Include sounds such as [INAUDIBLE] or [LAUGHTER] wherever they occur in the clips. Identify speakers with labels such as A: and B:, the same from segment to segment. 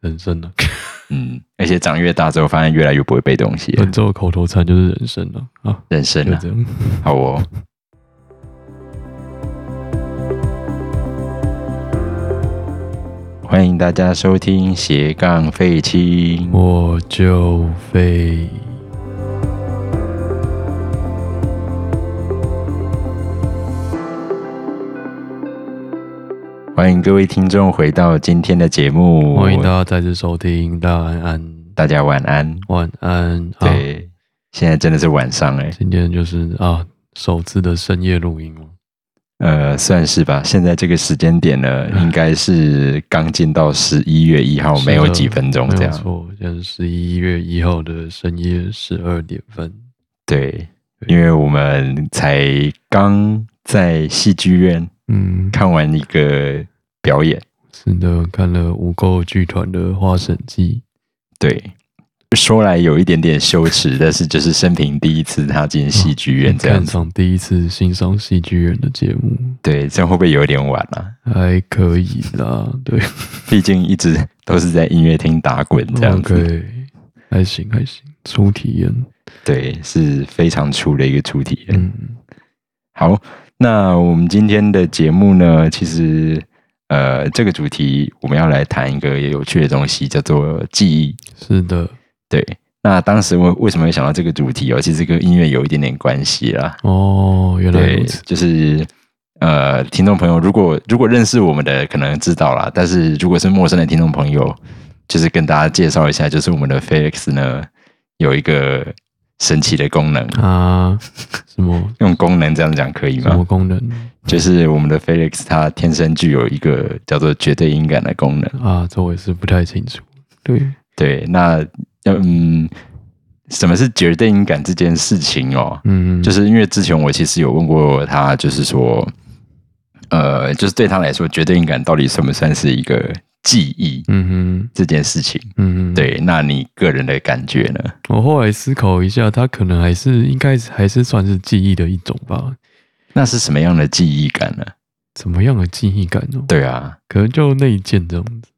A: 人生啊了、
B: 嗯，而且长越大之后，发现越来越不会背东西了，
A: 本周的口头禅就是人生了啊，
B: 人生
A: 就
B: 啊，
A: 这样。
B: 好哦。欢迎大家收听斜杠废青，
A: 我就飞。
B: 欢迎各位听众回到今天的节目，
A: 欢迎大家再次收听，大家晚安，
B: 大家晚安。
A: 晚安。啊、，
B: 对，现在真的是晚上哎、
A: 今天就是啊，首次的深夜录音哦了。
B: 呃，算是吧。现在这个时间点呢，
A: 嗯
B: 应该是刚进到十一月一号，
A: 是的
B: 没有几分钟这
A: 没有
B: 样。
A: 错，现在十一月一号的深夜十二点分。
B: 对，
A: 对
B: 因为我们才刚在戏剧院
A: 嗯，
B: 看完一个表演，
A: 是的，看了无垢剧团的《花神记
B: 对。说来有一点点羞耻，但是就是生平第一次踏进戏剧》，院这
A: 嗯
B: 样
A: 看
B: 子，
A: 场第一次欣赏戏剧院的节目，
B: 对，这样会不会有点晚了、
A: 还可以啦。对
B: 毕竟一直都是在音乐厅打滚这样子，
A: ，OK，还行还行，初体验。
B: 对，是非常粗的一个主体验。
A: 嗯，
B: 好，那我们今天的节目呢，其实呃，这个主题我们要来谈一个有趣的东西，叫做记忆。
A: 是的。
B: 对，那当时我为什么会想到这个主题哦？其实跟音乐有一点点关系啦。
A: 哦，原来
B: 对
A: 如此，。
B: 就是呃，听众朋友，如果如果认识我们的，可能知道啦。但是如果是陌生的听众朋友，就是跟大家介绍一下，就是我们的 Felix 呢有一个神奇的功能。
A: 啊，什
B: [LAUGHS]
A: 么
B: 用功能这样讲可以吗
A: 什？么功能
B: 就是我们的 Felix，他天生具有一个叫做绝对音感的功能。
A: 啊？这我也是不太清楚。对，
B: 对，那嗯，什么是绝对音感这件事情哦？
A: 嗯，
B: 就是是因为之前我其实有问过他，就是说，呃，就是对他来说，绝对音感到底算不算是一个记忆
A: 嗯
B: 这件事情？
A: 哼，嗯哼，。
B: 对，那你个人的感觉呢？
A: 我后来思考一下，它可能还是应该还是算是记忆的一种吧。
B: 那是什么样的记忆感呢？
A: 怎么样的记忆感呢、
B: 对啊，
A: 可能就内建这样子，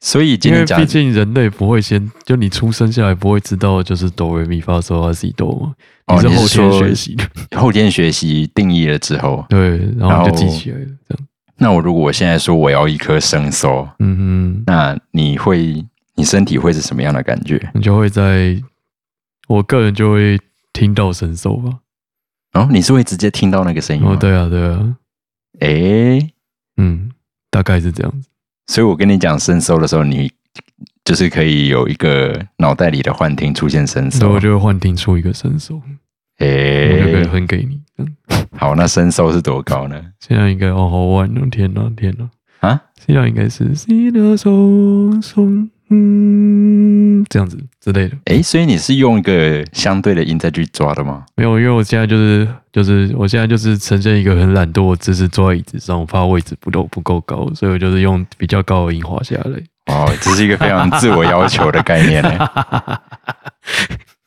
B: 所以今
A: 因为
B: 天讲
A: 毕竟人类不会先，就你出生下来不会知道就是哆来咪发嗦拉西哆嘛，
B: 哦
A: 是
B: 你是
A: 后天
B: 说
A: 学习的，
B: 后天学习定义了之后，
A: 对，然后你就
B: 然后
A: 记起来了，这样，
B: 那我如果我现在说我要一颗生搜，
A: 嗯哼，
B: 那你会，你身体会是什么样的感觉？
A: 你就会在，我个人就会听到神兽吧。
B: 哦，你是会直接听到那个声音吗？
A: 哦，。对啊，对啊，
B: 诶、
A: 嗯，大概是这样子。
B: 所以我跟你讲伸缩的时候，你就是可以有一个脑袋里的幻听出现伸
A: 所以
B: 缩
A: 我。就会幻听出一个神兽，我就可
B: 诶、
A: 以哼给你。嗯，
B: 好，那伸缩是多高呢？
A: 现在应该哦，好玩哦，天哪，天哪，
B: 啊，
A: 现在应该是西的松松，嗯，这样子之类的。
B: 诶、所以你是用一个相对的音再去抓的吗？
A: 没有，因为我现在就是就是我现在就是呈现一个很懒惰的姿势，坐在椅子上，我怕位置不够不够高，所以我就是用比较高的音滑下来。
B: 哦，这是一个非常自我要求的概念呢。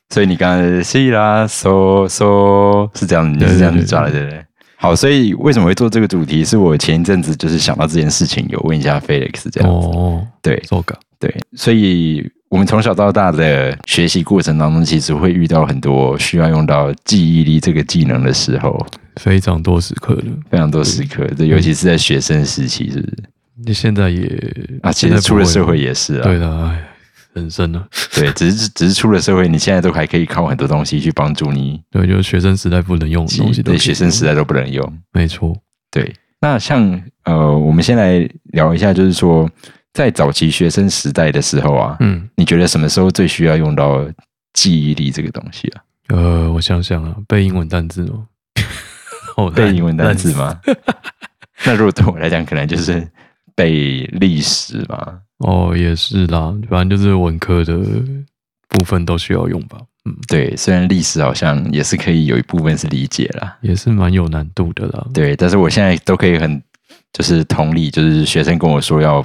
B: 所以你刚才西啦嗦嗦是这样，你是这样子抓的，对不对？好，所以为什么会做这个主题？是我前一阵子就是想到这件事情，有问一下 Felix 这样子。
A: 哦，
B: 对
A: 做个
B: 对，所以我们从小到大的学习过程当中，其实会遇到很多需要用到记忆力这个技能的时候，
A: 非常多时刻了。
B: 非常多时刻，对，尤其是在学生时期，是不是？
A: 你现在也
B: 啊，其
A: 现在
B: 实
A: 不
B: 出了
A: 会
B: 社会也是啊，
A: 对的，哎，人生啊，
B: 对，只是只是出了社会，你现在都还可以靠很多东西去帮助你
A: 对，就是学生时代不能用嗯的
B: 记
A: 东
B: 忆，
A: 西都
B: 对，学生时
A: 代
B: 代都不能用。
A: 没错，
B: 对，那像呃，我们先来聊一下，就是说，在早期学生时代的时候啊，
A: 嗯，
B: 你觉得什么时候最需要用到记忆力这个东西啊？
A: 呃，我想想啊，背英文单字哦， [LAUGHS]
B: [LAUGHS]
A: 哦，
B: 背
A: 烂
B: 英文单词？
A: 烂
B: 吗？ [LAUGHS] 那如果对我来讲，可能就是背历史嘛。
A: [LAUGHS] 哦，也是啦，反正就是文科的部分都需要用吧，嗯，
B: 对，虽然历史好像也是可以有一部分是理解啦，
A: 也是蛮有难度的啦。
B: 对，但是我现在都可以很就是同理，就是学生跟我说要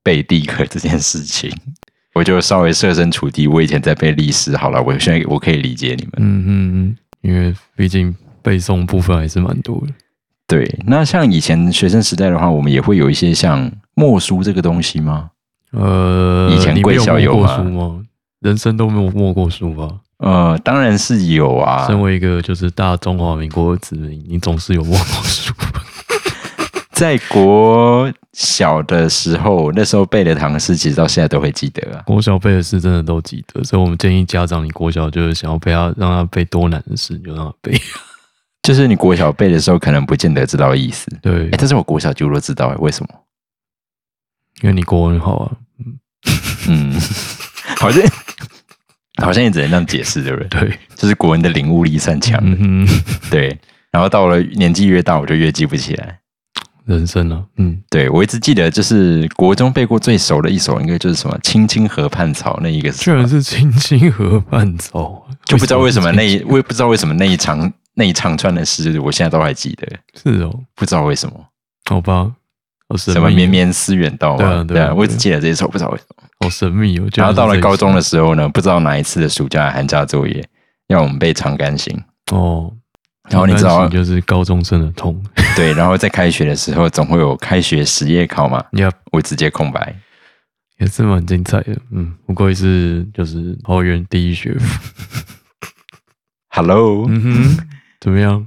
B: 背地科这件事情， [LAUGHS] 我就稍微设身处地，我以前在背历史，好了，我现在我可以理解你们。
A: 嗯嗯嗯，因为毕竟背诵部分还是蛮多的。
B: 对，那像以前学生时代的话，我们也会有一些像默书这个东西吗？
A: 呃，
B: 以前
A: 你没有
B: 贵校有
A: 摸过
B: 吗
A: 书吗？人生都没有摸过书吧？
B: 呃，当然是有啊，
A: 身为一个就是大中华民国的子民，你总是有摸过书 [LAUGHS] 吧？
B: 在国小的时候，那时候背的唐诗，其实到现在都会记得啊。
A: 国小背的事真的都记得，所以我们建议家长，你国小就是想要背他，让他背多难的事，你就让他背。 [LAUGHS]
B: 就是你国小背的时候，可能不见得知道意思。
A: 对
B: 哎、，但是我国小就都知道、欸，为什么？
A: 因为你国文好啊。 [LAUGHS]
B: 嗯， [LAUGHS] 好像好像也只能这样解释，对不对？
A: 对，
B: 就是国文的领悟力算强，
A: 嗯哼，
B: 对。然后到了年纪越大，我就越记不起来。
A: 人生啊，嗯，
B: 对我一直记得，就是国中背过最熟的一首，应该就是什么《青青河畔草》那一个是什
A: 居
B: 么，
A: 然是青青河畔草，
B: [LAUGHS] 就不知道为什么那
A: 青
B: 一，我也不知道为什么那一长那一长串的诗，我现在都还记得，
A: [LAUGHS] 是哦，
B: 不知道为什么。
A: 好吧，好神秘
B: 什
A: 哦，
B: 么绵绵思远道
A: 对啊
B: 嘛，
A: 对啊对啊
B: 我只记得这一首，不知道为什么。
A: 好神秘哦。居
B: 然后到
A: 是
B: 了
A: 这一
B: 高中
A: 首
B: 的时候呢，不知道哪一次的暑假寒假作业，要我们背《长干行》，
A: 哦，
B: 然后你知道
A: 长干行就是高中生的痛，
B: [LAUGHS]
A: [LAUGHS]
B: 对，然后在开学的时候总会有开学实业考嘛，
A: 也
B: 我直接空白。
A: 也是蛮精彩的，嗯，不愧是就是桃园第一学府，
B: Hello，、
A: 嗯哼，怎么样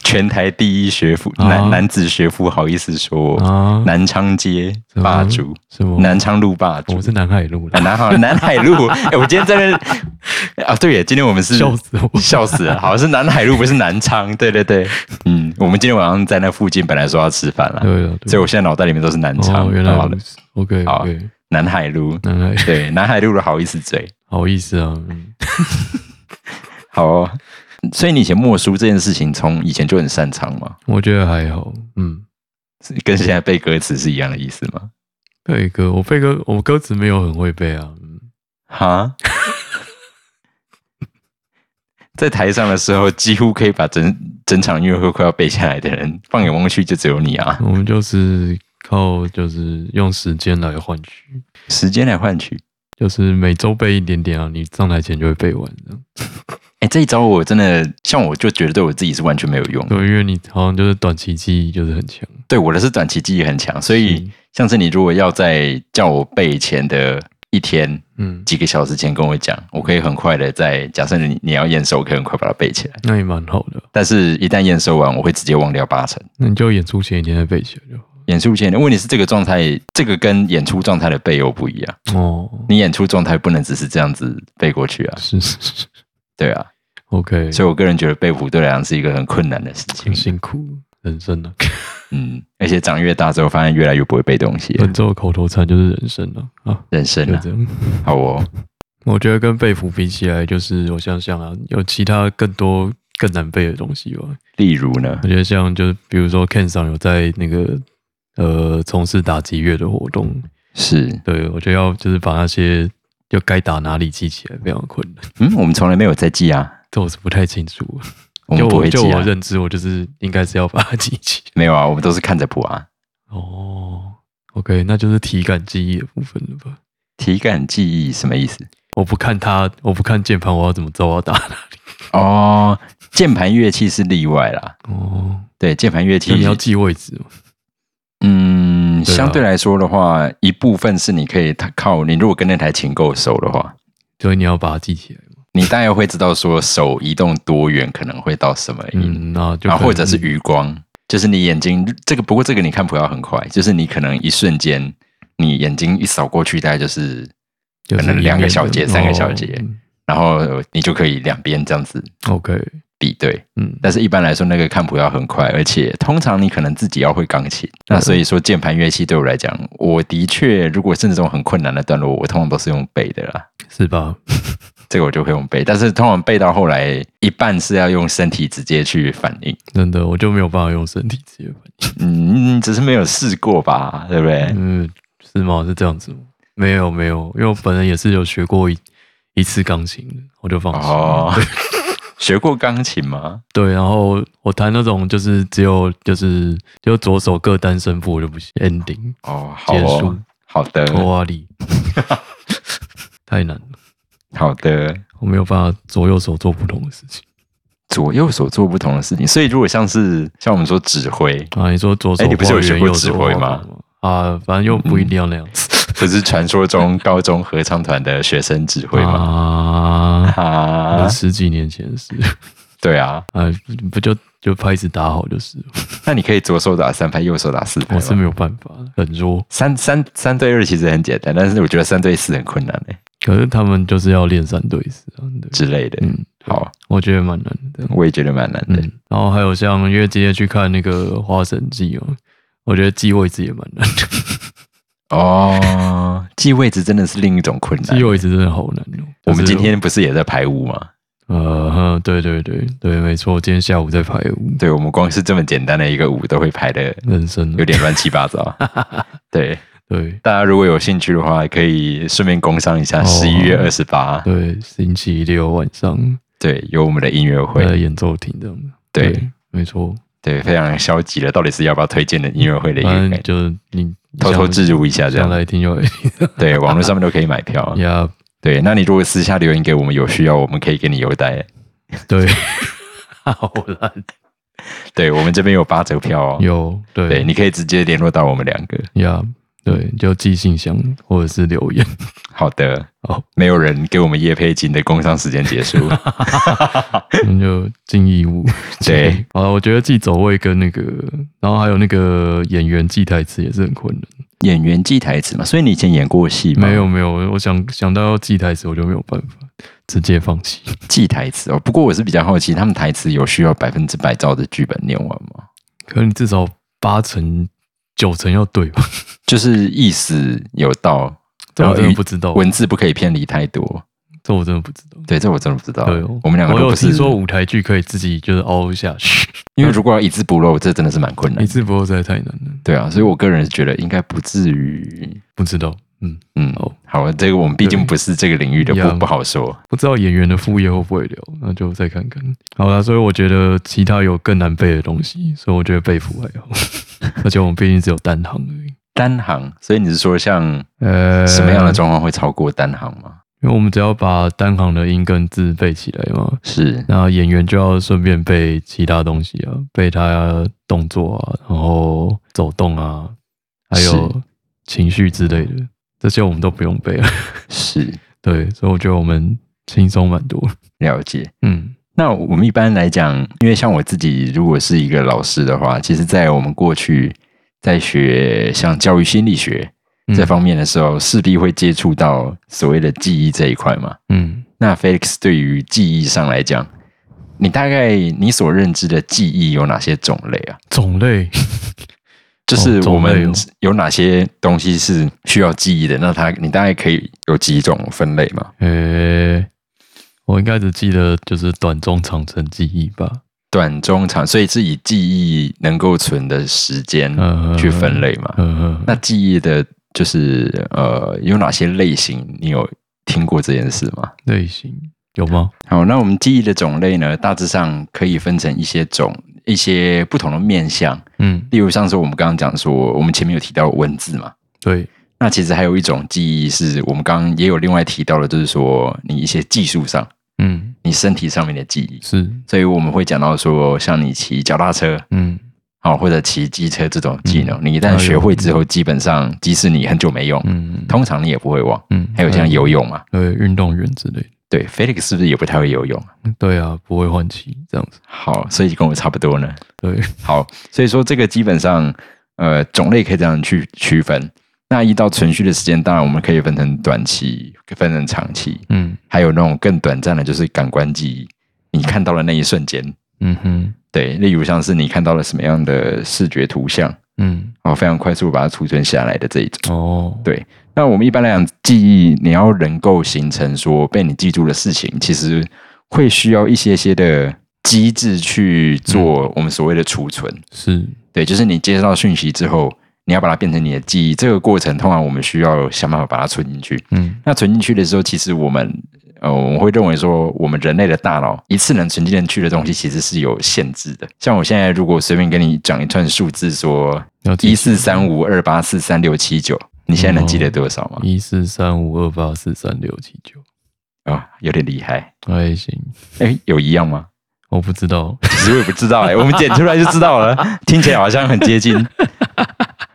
B: 全台第一学府
A: 啊
B: 男男子学府，好意思说我、
A: 啊？哦
B: 南昌街
A: 什么
B: 霸主，
A: 什么？
B: 南昌路霸主
A: 我。是南海路
B: 啊
A: 的，
B: 南 [LAUGHS] 海南海路，哎、我今天在那啊，对耶，今天我们是
A: 笑死我！
B: [LAUGHS] 笑死了，好像是南海路，不是南昌。对对对，嗯，我们今天晚上在那附近，本来说要吃饭了，
A: 对啊，对
B: 所以我现在脑袋里面都是南昌。
A: 哦，原来
B: 好
A: 如
B: 了，
A: 此，OK
B: 好啊
A: OK，
B: 南海路，
A: 南海，
B: 对，南海路的好意思嘴，
A: 好意思啊，嗯
B: 好、哦。所以你以前默书这件事情，从以前就很擅长嘛，
A: 我觉得还好，嗯。
B: 是跟现在背歌词是一样的意思吗？
A: 背歌，我背歌，我歌词没有很会背啊，嗯 [LAUGHS]
B: 哈，在台上的时候，几乎可以把整整场音乐会快要背下来的人，放眼望去就只有你啊。
A: 我们就是靠就是用时间来换取，
B: 时间来换取，
A: 就是每周背一点点啊，你上台前就会背完这样。
B: 哎、这一招我真的，像我就觉得对我自己是完全没有用。
A: 对，因为你好像就是短期记忆就是很强，
B: 对我的是短期记忆很强，所以
A: 是
B: 像是你如果要在叫我背前的一天
A: 嗯，
B: 几个小时前跟我讲，我可以很快的在假设你你要验收，我可以很快把它背起来。
A: 那也蛮好的。
B: 但是，一旦验收完，我会直接忘掉八成。
A: 那你就演出前一天再背起来就好。
B: 演出前，问题是这个状态，这个跟演出状态的背又不一样。
A: 哦，
B: 你演出状态不能只是这样子背过去啊，
A: 是是是
B: 对啊。 [LAUGHS]
A: ，OK，
B: 所以我个人觉得背谱对来讲是一个很困难的事情
A: 很。辛苦人生
B: [LAUGHS]
A: 啊，
B: 嗯，而且长越大之后，发现越来越不会背东西了。
A: 本周的口头禅就是人生啊，啊，
B: 人生
A: 就
B: 啊，
A: 这样。
B: 好哦，
A: 我觉得跟背谱比起来，就是我想想啊，有其他更多更难背的东西吧。
B: 例如呢
A: 我，觉得像就是比如说 Ken 上有在那个呃从事打击乐的活动，
B: 是
A: 对我觉得要就是把那些就该打哪里记起来非常困难，
B: 嗯，我们从来没有在记啊，
A: 这我是不太清楚。
B: 我
A: 就
B: 们不
A: 我
B: 会
A: 就
B: 记
A: 我
B: 啊，
A: 认知，我就是应该是要把它记起。
B: 没有啊，我们都是看着谱啊。
A: 哦，OK，那就是体感记忆的部分了吧？
B: 体感记忆什么意思？
A: 我不看它，我不看键盘，我要怎么知道我要打哪里？
B: 哦，键盘乐器是例外啦。
A: 哦，
B: 对，键盘乐器
A: 就你要记位置哦嘛？
B: 嗯，
A: 对啊
B: 相对来说的话，一部分是你可以靠你如果跟那台琴够熟的话，
A: 所以你要把它记起来。
B: 你大概会知道说手移动多远可能会到什么音，
A: 嗯，那就
B: 然后
A: 可
B: 啊或者是
A: 能
B: 余光，就是你眼睛这个不过这个你看谱要很快，就是你可能一瞬间你眼睛一扫过去，大概就是
A: 就
B: 可
A: 是
B: 能
A: 里
B: 两个
A: 面
B: 小
A: 的
B: 节、三个小
A: 哦
B: 节，
A: 嗯
B: 然后你就可以两边这样子
A: OK，
B: 比对。
A: 嗯，
B: 但是一般来说，那个看谱要很快，而且通常你可能自己要会钢琴。那所以说，键盘乐器对我来讲，我的确如果是那种很困难的段落，我通常都是用背的啦。
A: 是吧？
B: 这个我就会用背，但是通常背到后来一半是要用身体直接去反应。
A: 真的，我就没有办法用身体直接反应。
B: 嗯，只是没有试过吧，对不对？
A: 嗯，是吗？是这样子吗？没有没有，因为我本人也是有学过一一次钢琴的，我就放弃了。
B: 哦，学过钢琴吗？
A: 对，然后我弹那种就是只有就是就左手各单声部我就不行，ending
B: [LAUGHS] 哦，好
A: 结束
B: 哦，好的，
A: 拖拉
B: [LAUGHS]
A: 力，太难了，
B: 好的。
A: 我没有办法左右手做不同的事情。
B: 左右手做不同的事情，所以如果像是像我们说指挥，
A: 啊，你说左手
B: 哎你不是有
A: 画圆
B: 学过
A: 右
B: 指
A: 手
B: 挥
A: 画
B: 吗嗯
A: 反吗？啊，反正又不一定要那样子。
B: [LAUGHS] 不是传说中高中合唱团的学生指挥吗？
A: 啊，
B: 啊
A: 那，十几年前的事
B: 对啊，
A: 啊，不不就就拍子打好就是了，
B: 那你可以左手打三拍，右手打四拍
A: 我是
B: 吗？
A: 没有办法，很弱。
B: 三三三对二其实很简单，但是我觉得三对四很困难诶、
A: 可是他们就是要练三对四啊，对
B: 之类的。
A: 嗯，
B: 好，
A: 我觉得蛮难的。
B: 我也觉得蛮难的。
A: 嗯，然后还有像因为今天去看那个《花神记》哦，我觉得记位置也蛮难的，
B: [LAUGHS] 哦，记位置真的是另一种困难
A: 记。位置真的好难哦。
B: 我们
A: 就是
B: 今天不是也在排舞吗？
A: 呃，哼对对对对，没错，今天下午在排舞，
B: 对，我们光是这么简单的一个舞都会排的
A: 人生
B: 有点乱七八
A: [LAUGHS]
B: 糟。对，
A: 对
B: 大家如果有兴趣的话，可以顺便工商一下
A: 哦
B: 十一月二十八，
A: 对，星期六晚上
B: 对，有我们的音乐会。
A: 在演奏厅这样的，
B: 对
A: 没错，
B: 对，非常消极的，到底是要不要推荐的音乐会的一个
A: 反
B: 概
A: 正
B: 念，
A: 就是你
B: 偷偷置入一下这
A: 嗯想
B: 样。
A: 来听就
B: [LAUGHS]
A: 来听，
B: 对，网络上面都可以
A: [LAUGHS]
B: 买票。
A: 呀，
B: 对，那你如果私下留言给我们，有需要我们可以给你优待。
A: 对，好烂，
B: 对我们这边有八折票哦。
A: 有
B: 对，
A: 对
B: 你可以直接联络到我们两个。
A: 呀，对，就寄信箱或者是留言，
B: 好的，
A: 好，
B: 没有人给我们叶佩金的工商时间
A: [LAUGHS]
B: 结束。
A: 那就尽义
B: [LAUGHS]
A: 务。
B: 对，
A: 好了，我觉得记走位跟那个，然后还有那个演员记台词也是很困难。
B: 演员记台词嘛，所以你以前演过戏吗？
A: 没有没有，我想想到要记台词，我就没有办法，直接放弃。
B: 记台词哦。不过我是比较好奇，他们台词有需要百分之百照着剧本念完吗？
A: 可能至少八成九成要对吧？ [LAUGHS]
B: 就是意思有到，
A: 这我真
B: 然
A: 的
B: 后
A: 不知道，
B: 文字不可以偏离太多。
A: 这我真的不知道。
B: 对，这我真的不知道。欸
A: 对哦，
B: 我们两个
A: 我
B: 都
A: 有
B: 不是
A: 听，说舞台剧可以自己就是凹下去，
B: 因为如果要一字不漏，这真的是蛮 [LAUGHS] 困难
A: 一
B: 的。
A: 字不漏实在太难了。
B: 对啊，所以我个人是觉得应该不至于。
A: 不知道，嗯，
B: 嗯
A: 好，
B: 好，这个我们毕竟
A: 对
B: 不是这个领域的，
A: 一
B: 不
A: 样
B: 不好说。
A: 不知道演员的副业会不会留，那就再看看。好啦，所以我觉得其他有更难背的东西，所以我觉得背负还好。 [LAUGHS] 而且我们毕竟只有单行而已。
B: 单行，所以你是说像
A: 呃，
B: 什么样的？状况会超过单行吗？
A: 因为我们只要把单行的音跟字背起来嘛，
B: 是
A: 那演员就要顺便背其他东西啊，背他动作啊，然后走动啊，还
B: 是
A: 有情绪之类的，这些我们都不用背了。啊
B: 是
A: 对，所以我觉得我们轻松蛮多。
B: 了解。
A: 嗯，
B: 那我们一般来讲，因为像我自己，如果是一个老师的话，其实，在我们过去在学像教育心理学
A: 嗯
B: 这方面的时候，势必会接触到所谓的记忆这一块嘛。
A: 嗯，
B: 那 Felix 对于记忆上来讲，你大概你所认知的记忆有哪些种类啊？
A: 种类。
B: 就是
A: 哦
B: 我
A: 种类
B: 们
A: 哦
B: 有哪些东西是需要记忆的？那它你大概可以有几种分类吗？
A: 诶、我应该只记得就是短中长程记忆吧。
B: 短、中、长，所以是以记忆能够存的时间
A: 嗯
B: 去分类嘛？
A: 嗯
B: 那记忆的，就是呃，有哪些类型？你有听过这件事吗？
A: 类型有吗？
B: 好，那我们记忆的种类呢，大致上可以分成一些种、一些不同的面向。
A: 嗯，
B: 例如上次我们刚刚讲说，我们前面有提到文字嘛，
A: 对，
B: 那其实还有一种记忆是我们刚刚也有另外提到的，就是说你一些技术上、
A: 嗯，
B: 你身体上面的记忆。
A: 是，
B: 所以我们会讲到说，像你骑脚踏车
A: 嗯，
B: 啊、哦或者骑机车这种技能，
A: 嗯
B: 你一旦学会之后，基本上即使你很久没用，
A: 嗯，
B: 通常你也不会忘。
A: 嗯，
B: 还有像游泳嘛，
A: 对运动员之类的，
B: 对，Felix 是不是也不太会游泳？
A: 对啊，不会换气这样子，
B: 好，所以跟我差不多呢。
A: 对，
B: 好，所以说这个基本上，呃，种类可以这样去区分。那依照存续的时间，当然我们可以分成短期，分成长期，
A: 嗯
B: 还有那种更短暂的，就是感官记忆，你看到的那一瞬间。
A: 嗯哼，
B: 对，例如像是你看到了什么样的视觉图像，
A: 嗯，
B: 然后非常快速把它储存下来的这一种。
A: 哦，
B: 对那我们一般来讲，记忆你要能够形成说被你记住的事情，其实会需要一些些的机制去做我们所谓的储存。
A: 是，
B: 对，就是你接到讯息之后，你要把它变成你的记忆。这个过程通常我们需要想办法把它存进去。
A: 嗯
B: 那存进去的时候，其实我们呃，我们会认为说，我们人类的大脑一次能存进去的东西其实是有限制的。像我现在如果随便跟你讲一串数字说
A: 要记
B: 一四三五二八四三六七九，你现在能记得多少吗？
A: 一四三五二八四三六七九，
B: 啊、有点厉害。
A: 还行，
B: 哎，有一样吗？
A: 我不 [LAUGHS] 知道，
B: 其实我也不知道哎、我们剪出来就知道了，听起来好像很接近。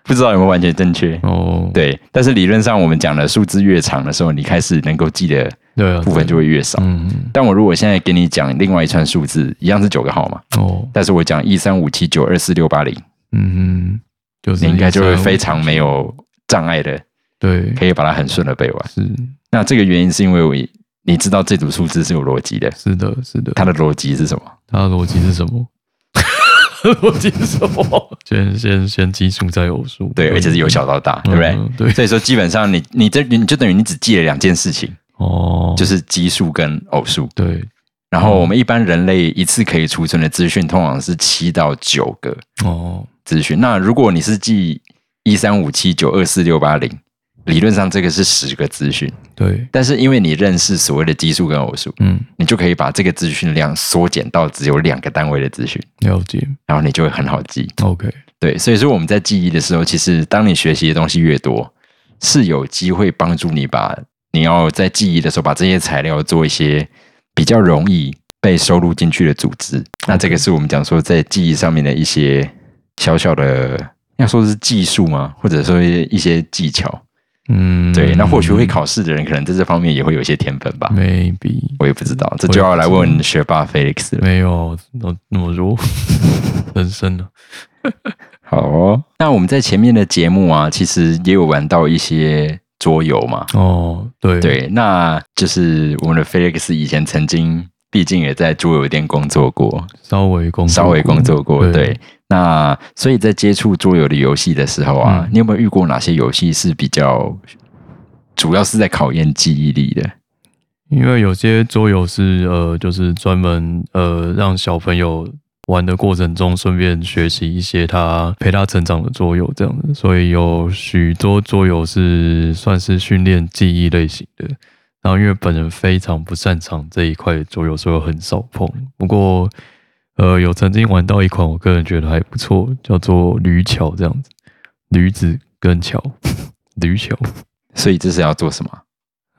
B: 不知道有没有完全正确。
A: 哦，
B: 对，但是理论上我们讲的数字越长的时候，你开始能够记的
A: 对啊，
B: 部分就会越少。
A: 嗯，
B: 但我如果现在给你讲另外一串数字，一样是九个号码，
A: 哦，
B: 但是我讲一三五七九二四六八零，
A: 嗯，就是
B: 你应该就会非
A: 常
B: 常没有障碍的，
A: 对，
B: 可以把它很顺的背完。
A: 是
B: 那这个原因是因为我你知道这组数字是有逻辑的，
A: 是的，是的。
B: 它的逻辑是什么？
A: 他的逻辑是什
B: [LAUGHS]
A: 么？逻辑是什么？先先先基数再偶数，
B: 对，而且是由小到大，对不对？
A: 嗯？对，
B: 所以说基本上你你这你就等于你只记了两件事情，
A: 哦，
B: 就是是奇数跟偶数。
A: 对，
B: 然后我们一般人类一次可以储存的资讯通常是七到九个
A: 哦，
B: 资讯。那如果你是记一三五七九二四六八零，理论上这个是十个资讯，
A: 对，
B: 但是因为你认识所谓的奇数跟偶数，
A: 嗯，
B: 你就可以把这个资讯量缩减到只有两个单位的资讯，
A: 了解
B: 然后你就会很好记。
A: ，OK，
B: 对，所以说我们在记忆的时候，其实当你学习的东西越多，是有机会帮助你把你要在记忆的时候把这些材料做一些比较容易被收录进去的组织。那这个是我们讲说在记忆上面的一些小小的，要说是技术吗？或者说一些技巧？
A: 嗯，
B: 对，那或许会考试的人，可能在这方面也会有一些天分吧。
A: ，maybe
B: 嗯 [LAUGHS] 我也不知道，这就要来问学霸 Felix 了。
A: 没有那那么弱， [LAUGHS] 啊人生呢？
B: 好哦，那我们在前面的节目啊，其实也有玩到一些桌游嘛。
A: 哦，对，
B: 对，那就是我们的 Felix 以前曾经，毕竟也在桌游店工作过，
A: 稍微工作
B: 稍微工作过。对，
A: 对，
B: 那所以在接触桌游的游戏的时候啊，
A: 嗯
B: 你有没有遇过哪些游戏是比较主要是在考验记忆力的？
A: 因为有些桌游是呃，就是专门呃让小朋友玩的过程中，顺便学习一些他陪他成长的桌游这样子，所以有许多桌游是算是训练记忆类型的。然后因为本人非常不擅长这一块的桌游，所以我很少碰。不过呃，有曾经玩到一款，我个人觉得还不错，叫做驴桥这样子，驴子跟桥， [LAUGHS] 驴桥。
B: 所以这是要做什么？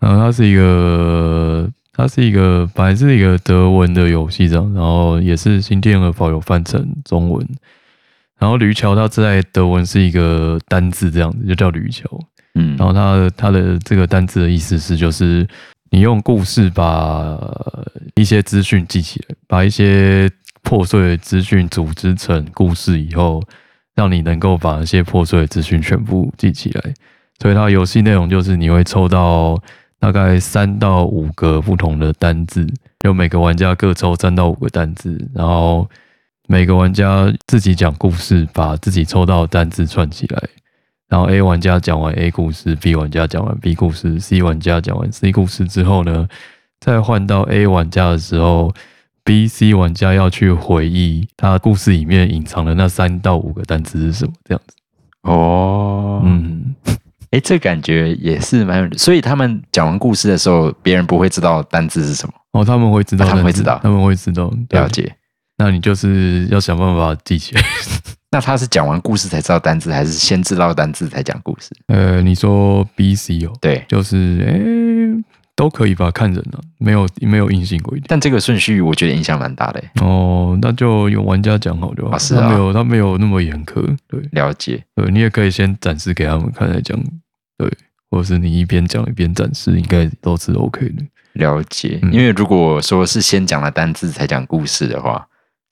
A: 然后它是一个，它是一个本来是一个德文的游戏这样，然后也是新天鹅堡有翻成中文。然后驴桥它在德文是一个单字这样子，就叫驴桥。
B: 嗯，
A: 然后它的它的这个单字的意思是，就是你用故事把一些资讯记起来，把一些破碎的资讯组织成故事以后，让你能够把那些破碎的资讯全部记起来。所以它游戏内容就是你会抽到大概三到五个不同的单字，就每个玩家各抽三到五个单字，然后每个玩家自己讲故事，把自己抽到的单字串起来。然后 A 玩家讲完 A 故事，B 玩家讲完 B 故事，C 玩家讲完 C 故事之后呢，再换到 A 玩家的时候，B、C 玩家要去回忆他故事里面隐藏的那三到五个单词是什么，这样子。
B: 哦，嗯，
A: 嗯，
B: 哎，这感觉也是蛮有，所以他们讲完故事的时候，别人不会知道单字是什么，
A: 哦，他们会知道单
B: 啊
A: 字，
B: 他们会知道
A: 他们会知道，对
B: 了。解。
A: 那你就是要想办法记起来。
B: 那他是讲完故事才知道单字，还是先知道单字才讲故事？
A: 呃，你说 B、C 哦，
B: 对，
A: 就是诶都可以吧，看人啊，没有没有硬性规定。
B: 但这个顺序我觉得影响蛮大的。
A: 哦，那就有玩家讲好就好，
B: 啊是啊
A: 他没有他没有那么严苛，对。
B: 了解，
A: 对，你也可以先展示给他们看再讲，对，或者是你一边讲一边展示，应该都是 OK 的。
B: 了解。
A: 嗯
B: 因为如果说是先讲了单字才讲故事的话，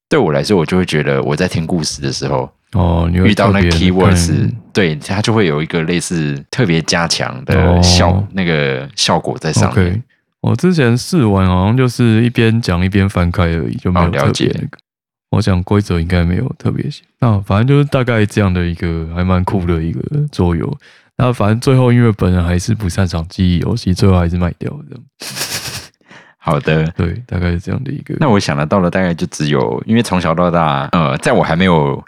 B: 对我来说，我就会觉得我在听故事的时候
A: 哦，你会
B: 遇到那
A: 特别
B: keywords，
A: 看
B: 对它就会有一个类似特别加强
A: 哦
B: 的效、那个效果在上面。
A: OK，我之前试玩好像就是一边讲一边翻开而已，就没有
B: 哦了
A: 特别那个。我想规则应该没有特别写，那反正就是大概这样的一个还蛮酷的一个桌游。那反正最后因为本人还是不擅长记忆游戏，最后还是卖掉了这样。
B: [LAUGHS] 好的。
A: 对，大概是这样的一个。
B: 那我想得到的大概就只有，因为从小到大，呃，在我还没有，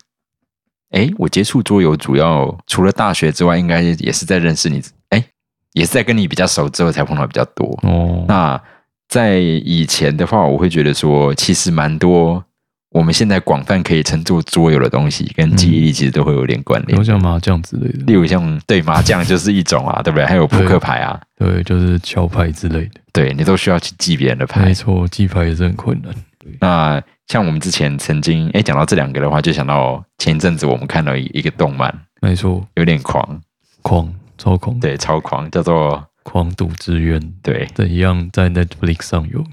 B: 哎，我接触桌游主要除了大学之外，应该也是在认识你，哎，也是在跟你比较熟之后才碰到比较多。
A: 哦，
B: 那在以前的话，我会觉得说，其实蛮多我们现在广泛可以称作桌游的东西，跟记忆力其实都会有点关联。
A: 有像麻将之类的
B: 例，如像对麻将就是一种啊，对不对？还有扑克牌啊，
A: 对，就是桥牌之类的。
B: 对你都需要去记别人的牌
A: 没。错，记牌也是很困难。
B: 那像我们之前曾经哎讲到这两个的话，就想到前一阵子我们看到一一个动漫，
A: 没错，
B: 有点狂，
A: 狂超狂，
B: 对，超狂，叫做
A: 狂赌之渊，
B: 对
A: 这一样在 Netflix 上有。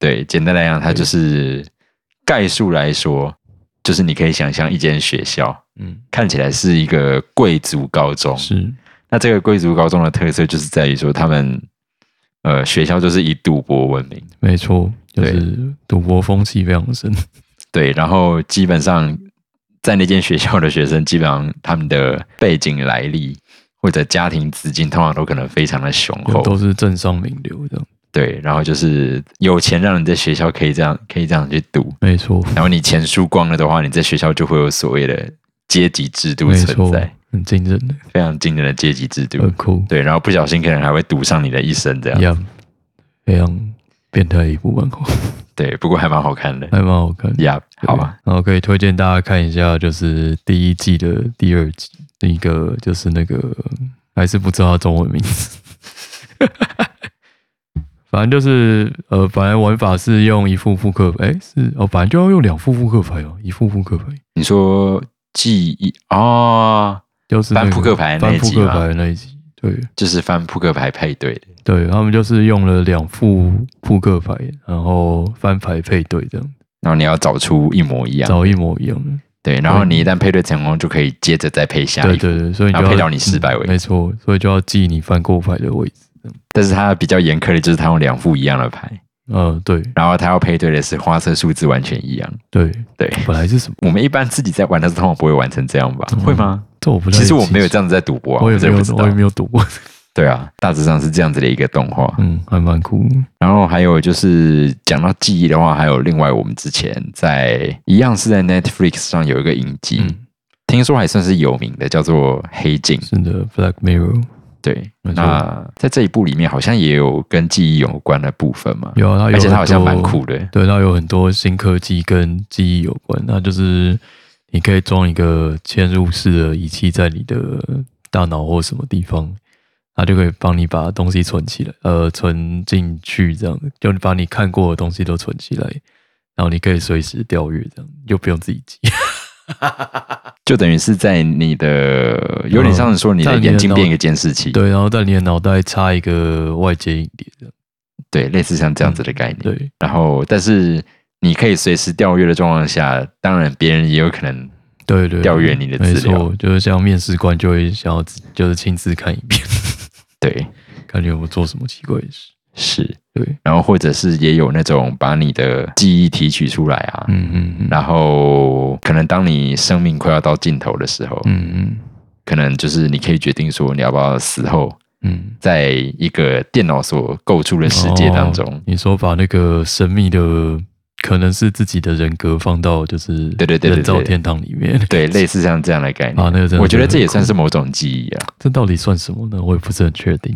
B: 对，简单来讲，它就是概述来说，就是你可以想象一间学校
A: 嗯，
B: 看起来是一个贵族高中，
A: 是
B: 那这个贵族高中的特色就是在于说他们。呃，学校就是以赌博闻名，
A: 没错，就是赌博风气非常深。
B: 对，然后基本上在那间学校的学生，基本上他们的背景来历或者家庭资金，通常都可能非常的雄厚，
A: 都是政商名流这样，
B: 对，然后就是有钱让你在学校可以这样可以这样去赌，
A: 没错，
B: 然后你钱输光了的话，你在学校就会有所谓的阶级制度
A: 没
B: 存
A: 错呃
B: 在，，
A: 很惊人的，
B: 非常惊人的阶级制度，
A: 很酷，
B: 对，然后不小心可能还会赌上你的一生这
A: 一
B: 样，
A: 样非常变态的一部漫画，
B: 啊对，不过还蛮好看的，
A: 还蛮好看的。
B: 呀、好吧，
A: 呃对，然后可以推荐大家看一下，就是第一季的第二集，一个就是那个还是不知道它中文名字， [LAUGHS] 反正就是呃，反正玩法是用一副扑克牌，诶是哦，反正就要用两副扑克牌哦，一副扑克牌
B: 你说记忆哦，
A: 就是、那个、
B: 翻扑克牌那
A: 翻
B: 一
A: 扑
B: 集啊
A: 克
B: 吗
A: 牌那一集，对
B: 就是翻扑克牌配对的。
A: 对，他们就是用了两副扑克牌，然后翻牌配对这样，
B: 然后你要找出一模一样，
A: 找一模一样的。
B: 对，然后你一旦配对成功，就可以接着再配下
A: 对
B: 一
A: 对
B: 个。
A: 对，所以你
B: 然
A: 就
B: 后
A: 要嗯
B: 配到你失败为止
A: 没错，所以就要记你翻过牌的位置。
B: 但是它比较严苛的就是它用两副一样的牌，
A: 呃，对
B: 然后它要配对的是花色数字完全一样。
A: 对
B: 对，
A: 本来是什么？
B: 我们一般自己在玩的时候，通常不会玩成这样吧？
A: 嗯
B: 会吗？
A: 这我不太
B: 其实我
A: 清
B: 没有
A: 楚
B: 这样子在赌博啊，
A: 我也
B: 真
A: 没
B: 的
A: 有
B: 不知，道
A: 我也。没有赌过。
B: 对啊，大致上是这样子的一个动画。
A: 嗯， [LAUGHS] 还蛮酷。
B: 然后还有就是讲到记忆的话，还有另外我们之前在一样是在 Netflix 上有一个影集，
A: 嗯，
B: 听说还算是有名的，叫做《黑镜》。
A: 是的，Black Mirror
B: 对，
A: 没错
B: 那在这一部里面好像也有跟记忆有关的部分嘛，
A: 有啊，它有
B: 而且它
A: 很
B: 好像蛮
A: 多
B: 酷的。
A: 对，那有很多新科技跟记忆有关，那就是你可以装一个嵌入式的仪器在你的大脑或什么地方，它就可以帮你把东西存起来，呃，存进去这样子，就把你看过的东西都存起来，然后你可以随时调阅，这样又不用自己记，
B: 就等于是在你的有点像是说你
A: 嗯在
B: 的
A: 你的
B: 眼睛
A: 脑
B: 变一个监视器，
A: 对，然后在你的脑袋插一个外接硬碟，这样
B: 对，类似像这样子的概念。
A: 嗯对，
B: 然后，但是你可以随时调阅的状况下，当然别人也有可能
A: 对对，
B: 调阅你的
A: 没
B: 资料
A: 错，就是像面试官就会想要自就是亲自看一遍， [LAUGHS]
B: 对
A: 看你有没有做什么奇怪的事，
B: 是，
A: 对，
B: 然后或者是也有那种把你的记忆提取出来啊，
A: 嗯嗯嗯。
B: 然后可能当你生命快要到尽头的时候，
A: 嗯
B: 可能就是你可以决定说你要不要死后
A: 嗯
B: 在一个电脑所构筑的
A: 嗯，
B: 世界当中。
A: 哦你说把那个神秘的，可能是自己的人格放到就是
B: 对对对对
A: 人造
B: 对
A: 天堂里面，
B: 对，类似像这样的概
A: [LAUGHS]
B: 念，
A: 啊那个真的
B: 我觉得这也
A: 很酷
B: 算是某种记忆啊
A: 这到底算什么呢？我也不是很确定。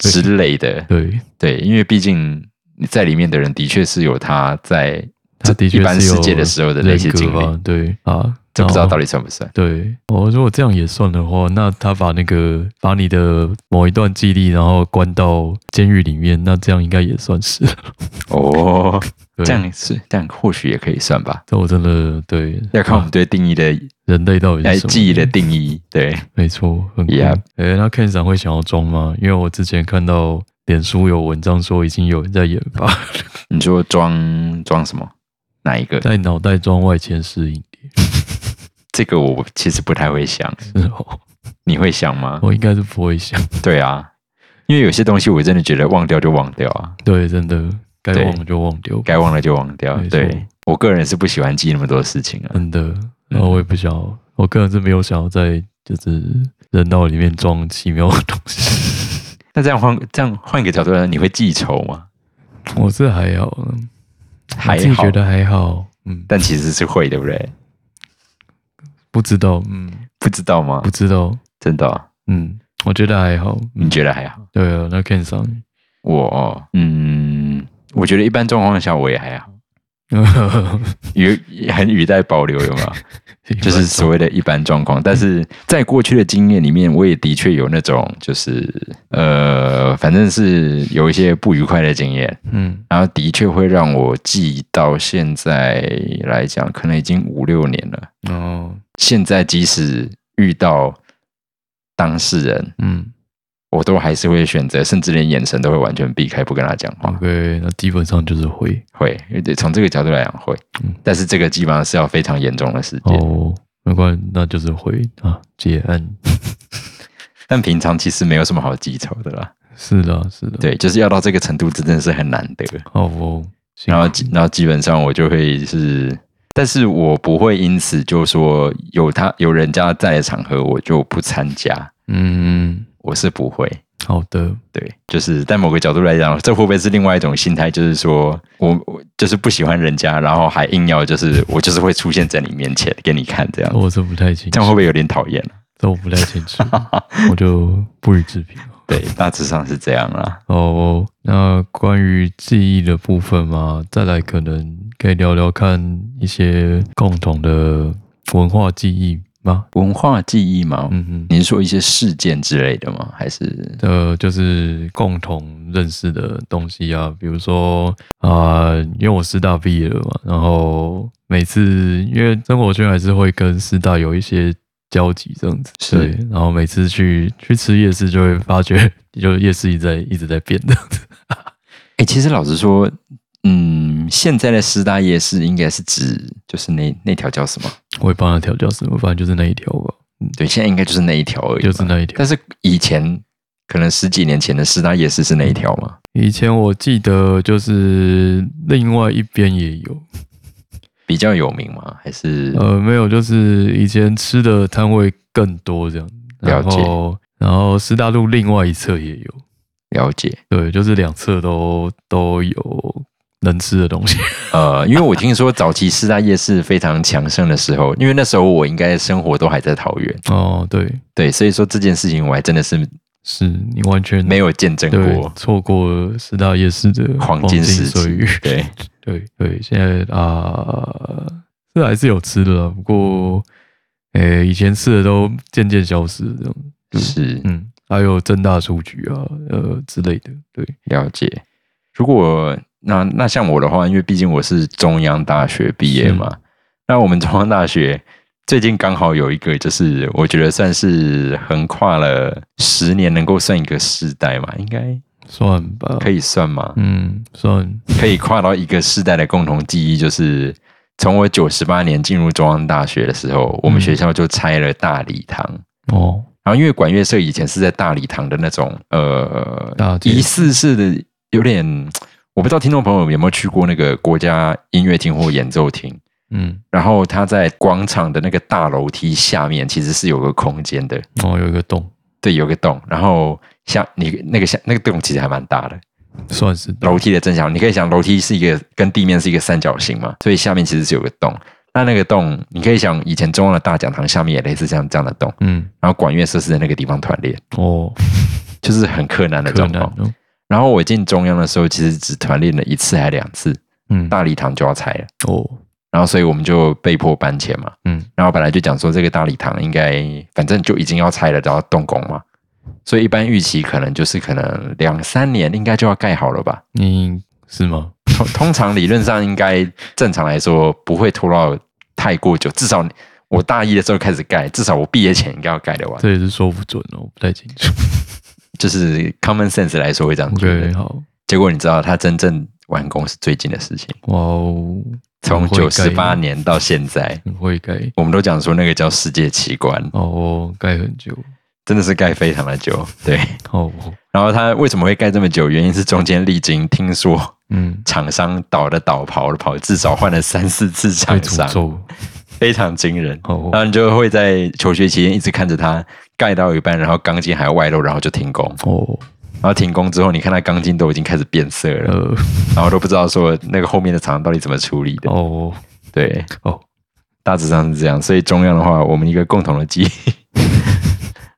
A: 对
B: 之类
A: [LAUGHS]
B: 的。
A: 对，
B: 对，因为毕竟你在里面的人的确是有他在
A: 他的
B: 一
A: 确
B: 般
A: 是
B: 世
A: 有
B: 界的时候的那
A: 人
B: 些
A: 格
B: 经历，
A: 吧，对啊，
B: 这不知道
A: 然后
B: 到底算不算。
A: 对，我、如果这样也算的话，那他把那个把你的某一段记忆，然后关到监狱里面，那这样应该也算是。 [LAUGHS]
B: 哦，
A: 对
B: 这，样是这样，或许也可以算吧。
A: 这我真的对
B: 要看我
A: 啊
B: 们对定义的
A: 人类到底
B: 来
A: 是什么
B: 记忆的定义。对，
A: 没错，很酷。哎
B: Yep
A: 那 Ken 长会想要装吗？因为我之前看到脸书有文章说已经有人在研发， [LAUGHS]
B: 你说装装什么？哪一个？
A: 在脑袋装外嵌式硬碟。
B: 这个我其实不太会想，
A: 是哦，
B: 你会想吗？
A: 我应该是不会想。
B: 对啊，因为有些东西我真的觉得忘掉就忘掉啊，
A: 对，真的该
B: 对
A: 忘了就忘掉，
B: 该忘了就忘掉
A: 没。错
B: 对我个人是不喜欢记那么多事情啊。
A: 真的。然后我也不想要，我个人是没有想要在就是人脑里面装奇妙的东西。
B: 那这样换这样换一个角度来说，你会记仇吗？
A: [LAUGHS] 我是还好，嗯我
B: 还
A: 自己
B: 好
A: 觉，得还好。嗯，
B: 但其实是会，对不对？
A: 不知道，嗯，
B: 不知道吗
A: 不？知道，
B: 真的哦，
A: 嗯，我觉得还好。
B: 你
A: 嗯，
B: 觉得还好？
A: 对啊，那 Ken [LAUGHS] 上。
B: 我哦嗯，我觉得一般状况下我也还好，语很语带保留，
A: [LAUGHS]
B: 有没
A: 啊
B: 有？就是所谓的一般状况。但是在过去的经验里面，我也的确有那种，就是呃，反正是有一些不愉快的经验，
A: 嗯
B: 然后的确会让我记到现在
A: 嗯
B: 来讲，可能已经五六年了。
A: 哦
B: 现在即使遇到当事人，
A: 嗯
B: 我都还是会选择，甚至连眼神都会完全避开，不跟他讲话。
A: ，OK，那基本上就是会
B: 会，对，从这个角度来讲会
A: 嗯，
B: 但是这个基本上是要非常严重的事件。
A: 哦，没关系，那就是会啊，结 [LAUGHS] 案
B: 但平常其实没有什么好记仇的啦。
A: 是的，是的，
B: 对，就是要到这个程度，真的是很难得。
A: 好哦，辛
B: 然后
A: 苦，
B: 基，然后基本上我就会是，但是我不会因此就说有他有人家在的场合我就不参加，
A: 嗯，
B: 我是不会。
A: 好的，
B: 对，就是在某个角度来讲，这会不会是另外一种心态？就是说我我就是不喜欢人家，然后还硬要就是我就是会出现在你面前给你看这样，
A: 我是不太清
B: 这
A: 楚
B: 样，会不会有点讨厌？啊
A: 这我不太清楚， [LAUGHS] 我就不予置评。
B: 对，大致上是这样啦。
A: 哦，那关于记忆的部分嘛，再来可能可以聊聊看一些共同的文化记忆吗？
B: 文化记忆吗？
A: 嗯哼，
B: 你是说一些事件之类的吗？还是
A: 呃，就是共同认识的东西啊，比如说啊、因为我师大毕业了嘛，然后每次因为生活圈还是会跟师大有一些交集这样子，
B: 是
A: 对，然后每次去去吃夜市就会发觉，就夜市一直在一直在变这样子，
B: 哎、其实老实说，嗯，现在的师大夜市应该是指就是那那条叫什么？
A: 我也帮他调教什么，反正就是那一条吧，
B: 对，现在应该就是那一条而已吧。
A: 就是那一条。
B: 但是以前可能十几年前的师大夜市是那一条吗？
A: 以前我记得就是另外一边也有，
B: 比较有名吗？还是、
A: 呃，没有，就是以前吃的摊位更多这样。然
B: 了解
A: 后，然后师大路另外一侧也有，
B: 了解？
A: 对，就是两侧都都有能吃的东西。 [LAUGHS]
B: 呃，因为我听说早期师大夜市非常强盛的时候，因为那时候我应该生活都还在桃园，
A: 哦，对，
B: 对，所以说这件事情我还真的是
A: 是你完全
B: 没有见证
A: 对
B: 过
A: 错过了师大夜市的
B: 黄金时
A: 岁
B: 期
A: 月。。
B: 对。
A: [LAUGHS] 对对，现在啊、是还是有吃的啦，不过，诶、以前吃的都渐渐消失了这样。
B: 是
A: 嗯，还有正大数据啊，呃之类的，对，
B: 了解。如果那那像我的话，因为毕竟我是中央大学毕业嘛，那我们中央大学最近刚好有一个，就是我觉得算是横跨了十年，能够算一个世代嘛，应该
A: 算吧，
B: 可以算吗？
A: 嗯，算，
B: 可以跨到一个世代的共同记忆，就是从我九十八年进入中央大学的时候，我们学校就拆了大礼堂。
A: 哦，
B: 然后因为管乐社以前是在大礼堂的那种呃
A: 大街
B: 疑似式的，有点我不知道听众朋友有没有去过那个国家音乐厅或演奏厅。
A: 嗯，
B: 然后它在广场的那个大楼梯下面，其实是有个空间的，
A: 哦，有一个洞，
B: 对，有个洞。然后像你那个像那个洞其实还蛮大的，
A: 算是
B: 楼梯的正下方，你可以想楼梯是一个跟地面是一个三角形嘛，所以下面其实是有个洞。那那个洞，你可以想以前中央的大讲堂下面也类似像这样的洞，
A: 嗯，
B: 然后管乐社是在那个地方团练。
A: 哦，
B: 就是很困难的
A: 可
B: 状
A: 能
B: 况。
A: 哦，
B: 然后我进中央的时候，其实只团练了一次还两次，
A: 嗯，
B: 大礼堂就要拆了，
A: 哦，
B: 然后所以我们就被迫搬迁嘛。
A: 嗯，
B: 然后本来就讲说这个大礼堂应该反正就已经要拆了，然后动工嘛，所以一般预期可能就是可能两三年应该就要盖好了吧。
A: 你是吗？
B: 通通常理论上应该正常来说不会拖到太过久，至少我大一的时候开始盖，至少我毕业前应该要盖得完。
A: 这也是说不准哦，不太清楚。
B: 就是 common sense 来说会这样觉
A: OK，
B: 得。
A: 好，
B: 结果你知道，它真正完工是最近的事情。
A: 哇哦，
B: 从
A: 很会
B: 九
A: 盖
B: 十八年到现在，
A: 很会盖，
B: 我们都讲说那个叫世界奇观，
A: 哦，盖很久，
B: 真的是盖非常的久。对，
A: 哦，
B: 然后它为什么会盖这么久？原因是中间历经听说
A: 嗯，
B: 厂商倒的倒，跑的跑，至少换了三四次
A: 被
B: 厂商
A: 诅，咒，
B: 非常惊人。
A: 哦
B: 然，后你就会在求学期间一直看着它盖到一半，然后钢筋还外露，然后就停工。
A: 哦，
B: 然后停工之后，你看它钢筋都已经开始变色了，
A: 呃，
B: 然后都不知道说那个后面的厂商到底怎么处理的。
A: 哦，
B: 对，
A: 哦，
B: 大致上是这样。所以中央的话，我们一个共同的记忆。
A: [LAUGHS]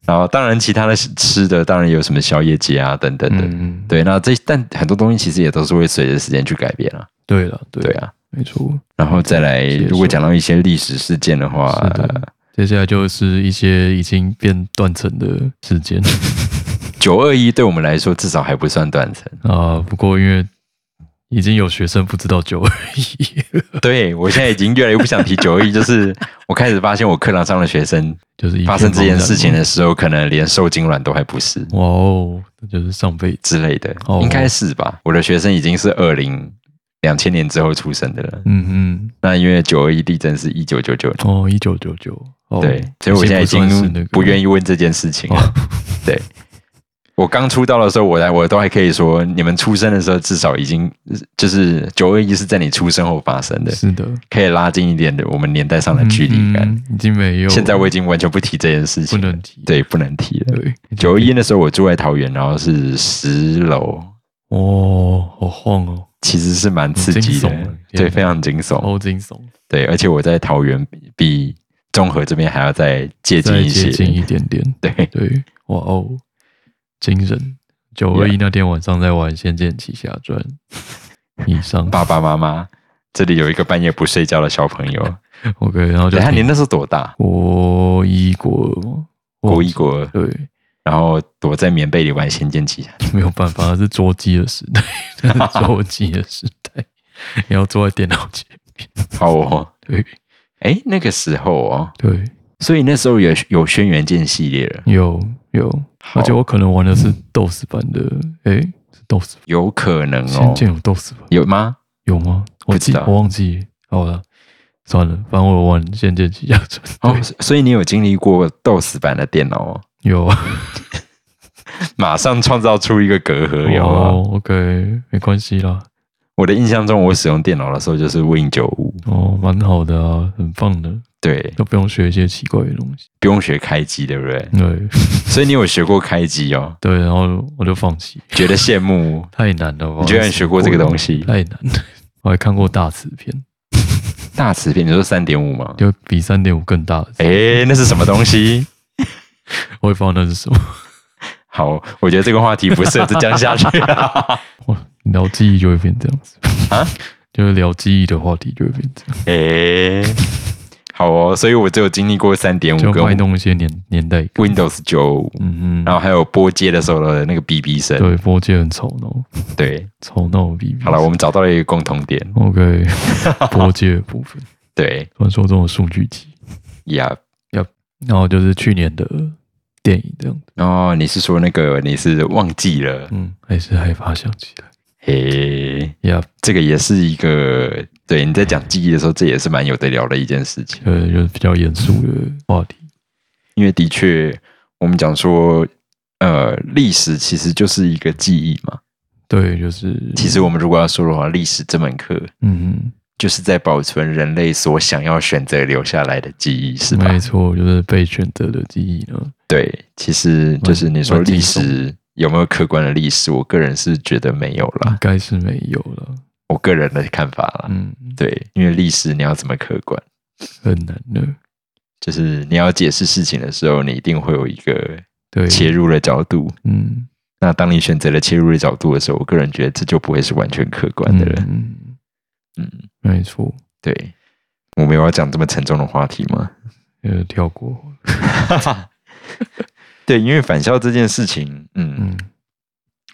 B: 然后当然其他的吃的，当然有什么宵夜节啊等等的。
A: 嗯，
B: 对，那这但很多东西其实也都是会随着时间去改变啊。
A: 对了，对
B: 对，啊，
A: 没错。
B: 然后再来，
A: 是
B: 如果讲到一些历史事件的话，
A: 是的，接下来就是一些已经变断层的时间 [LAUGHS]
B: 九二一对我们来说至少还不算断层。
A: 啊。不过因为已经有学生不知道九二一，
B: 对我现在已经越来越不想提九二一，就是我开始发现我课堂上的学生
A: [LAUGHS] 就是一
B: 发生这
A: 片
B: 件
A: 茫然
B: 事情的时候，可能连受精卵都还不是
A: 哇哦，那就是上辈子，
B: 之类的
A: 哦，
B: 应该是吧？我的学生已经是二零两千年之后出生的了，
A: 嗯
B: 那因为九二一地震是一九九九
A: 嗯，哦，一九九九，哦
B: 对，所以我现在已经不愿
A: 意，
B: 意问这件事情
A: 哦
B: 了。 [LAUGHS] 对，我刚出道的时候，我来我都还可以说，你们出生的时候至少已经就是九二一是在你出生后发生的，
A: 是的，
B: 可以拉近一点的我们年代上的距离感。
A: 嗯嗯嗯已经没有，
B: 现在我已经完全不提这件事
A: 不
B: 情了，
A: 能提，
B: 对，不能提了。
A: 对，
B: 九一那时候我住在桃园，然后是十楼，
A: 哦，好晃哦，
B: 其实是蛮刺激
A: 很惊悚啊，
B: 的
A: 天
B: 对，
A: 哪哦
B: 非常惊悚。
A: 超惊悚，
B: 对，而且我在桃园比比中和这边还要再接近
A: 再
B: 一些
A: 接，近一点点，
B: 对。
A: 对，哇哦，精神！九二一那天晚上在玩《仙剑奇侠传》，以上
B: 爸爸妈妈，这里有一个半夜不睡觉的小朋
A: [LAUGHS]
B: 友。
A: OK，然后就
B: 等一下你
A: 听
B: 那时候多大？
A: 国一国二吗
B: 国一国二，
A: 对，
B: 然后躲在棉被里玩《仙剑奇侠
A: 没有办法，那是捉鸡的时代， [LAUGHS] 那是捉鸡的时代，你要坐在电脑前，》。
B: 好哦，
A: 对
B: 哎，那个时候哦，
A: 对，
B: 所以那时候有有轩辕剑系列了，哦
A: 有有，
B: 好
A: 而且我可能玩的是 DOS 版的，诶，是 DOS 版
B: 有可能
A: 仙
B: 哦，
A: 剑有 DOS 版
B: 有吗？
A: 有吗？我
B: 不知
A: 记
B: 道
A: 我忘记，好了，算了，反正我玩《仙剑奇侠传》
B: 哦
A: 对，
B: 所以你有经历过 DOS 版的电脑哦， [LAUGHS]
A: 有。啊
B: 马上创造出一个隔阂，有啊吗？
A: 哦，OK，没关系啦，
B: 我的印象中，我使用电脑的时候就是 Win 九五，
A: 哦，蛮好的啊，很棒的，
B: 对，
A: 都不用学一些奇怪的东西。
B: 不用学开机，对
A: [LAUGHS]
B: 不对？
A: 对
B: 所以你有学过开机哦，
A: 对，然后我就放弃，
B: 觉得羡慕
A: 太难了吧？
B: 你居然学过这个东西
A: 太难了。我还看过大词片，
B: 大磁片，你说三点五吗？
A: 就比三点五更大的字，
B: 诶，那是什么东西？
A: 我也不知道那是什么。
B: 好，我觉得这个话题不适合再讲下去啊了。
A: 哇，聊记忆就会变这样子
B: 啊，
A: [LAUGHS] 就是聊记忆的话题就会变这样，
B: 诶，好哦，所以我只有经历过三点五
A: 就卖
B: 跟
A: 弄一些年年代感。
B: Windows 九五，
A: 嗯嗯，
B: 然后还有拨接的时候的那个哔哔声。
A: 对，波界很吵闹，
B: 对，
A: 吵闹比比。
B: 好了，我们找到了一个共同点。 [LAUGHS]
A: OK，波界的部分，
B: 对
A: 传说中的数据集。
B: 呀，
A: 然后就是去年的电影这样子，
B: 哦，你是说那个你是忘记了？
A: 嗯，还是害怕想起来。
B: 诶，
A: 呀、yeah,，
B: 这个也是一个，对，你在讲记忆的时候，这也是蛮有得聊的一件事情。
A: 呃，就是比较严肃的话题。
B: 因为的确，我们讲说，呃，历史其实就是一个记忆嘛。
A: 对，就是
B: 其实我们如果要说的话，历史这门课
A: 嗯，
B: 就是在保存人类所想要选择留下来的记忆，是吧
A: 没？错，就是被选择的记忆呢。
B: 对，其实就是你说
A: 蛮
B: 历
A: 惊悚
B: 史有没有客观的历史，我个人是觉得没有
A: 应
B: 啦，
A: 该是没有了，
B: 我个人的看法啦。
A: 嗯，
B: 对，因为历史你要怎么客观？
A: 很难的。
B: 就是你要解释事情的时候，你一定会有一个
A: 对，
B: 切入的角度。
A: 嗯，
B: 那当你选择了切入的角度的时候，我个人觉得这就不会是完全客观的了。
A: 嗯，
B: 嗯，
A: 没错，
B: 对，我们有要讲这么沉重的话题吗？
A: 呃，跳过，
B: 对，因为返校这件事情，嗯，
A: 嗯，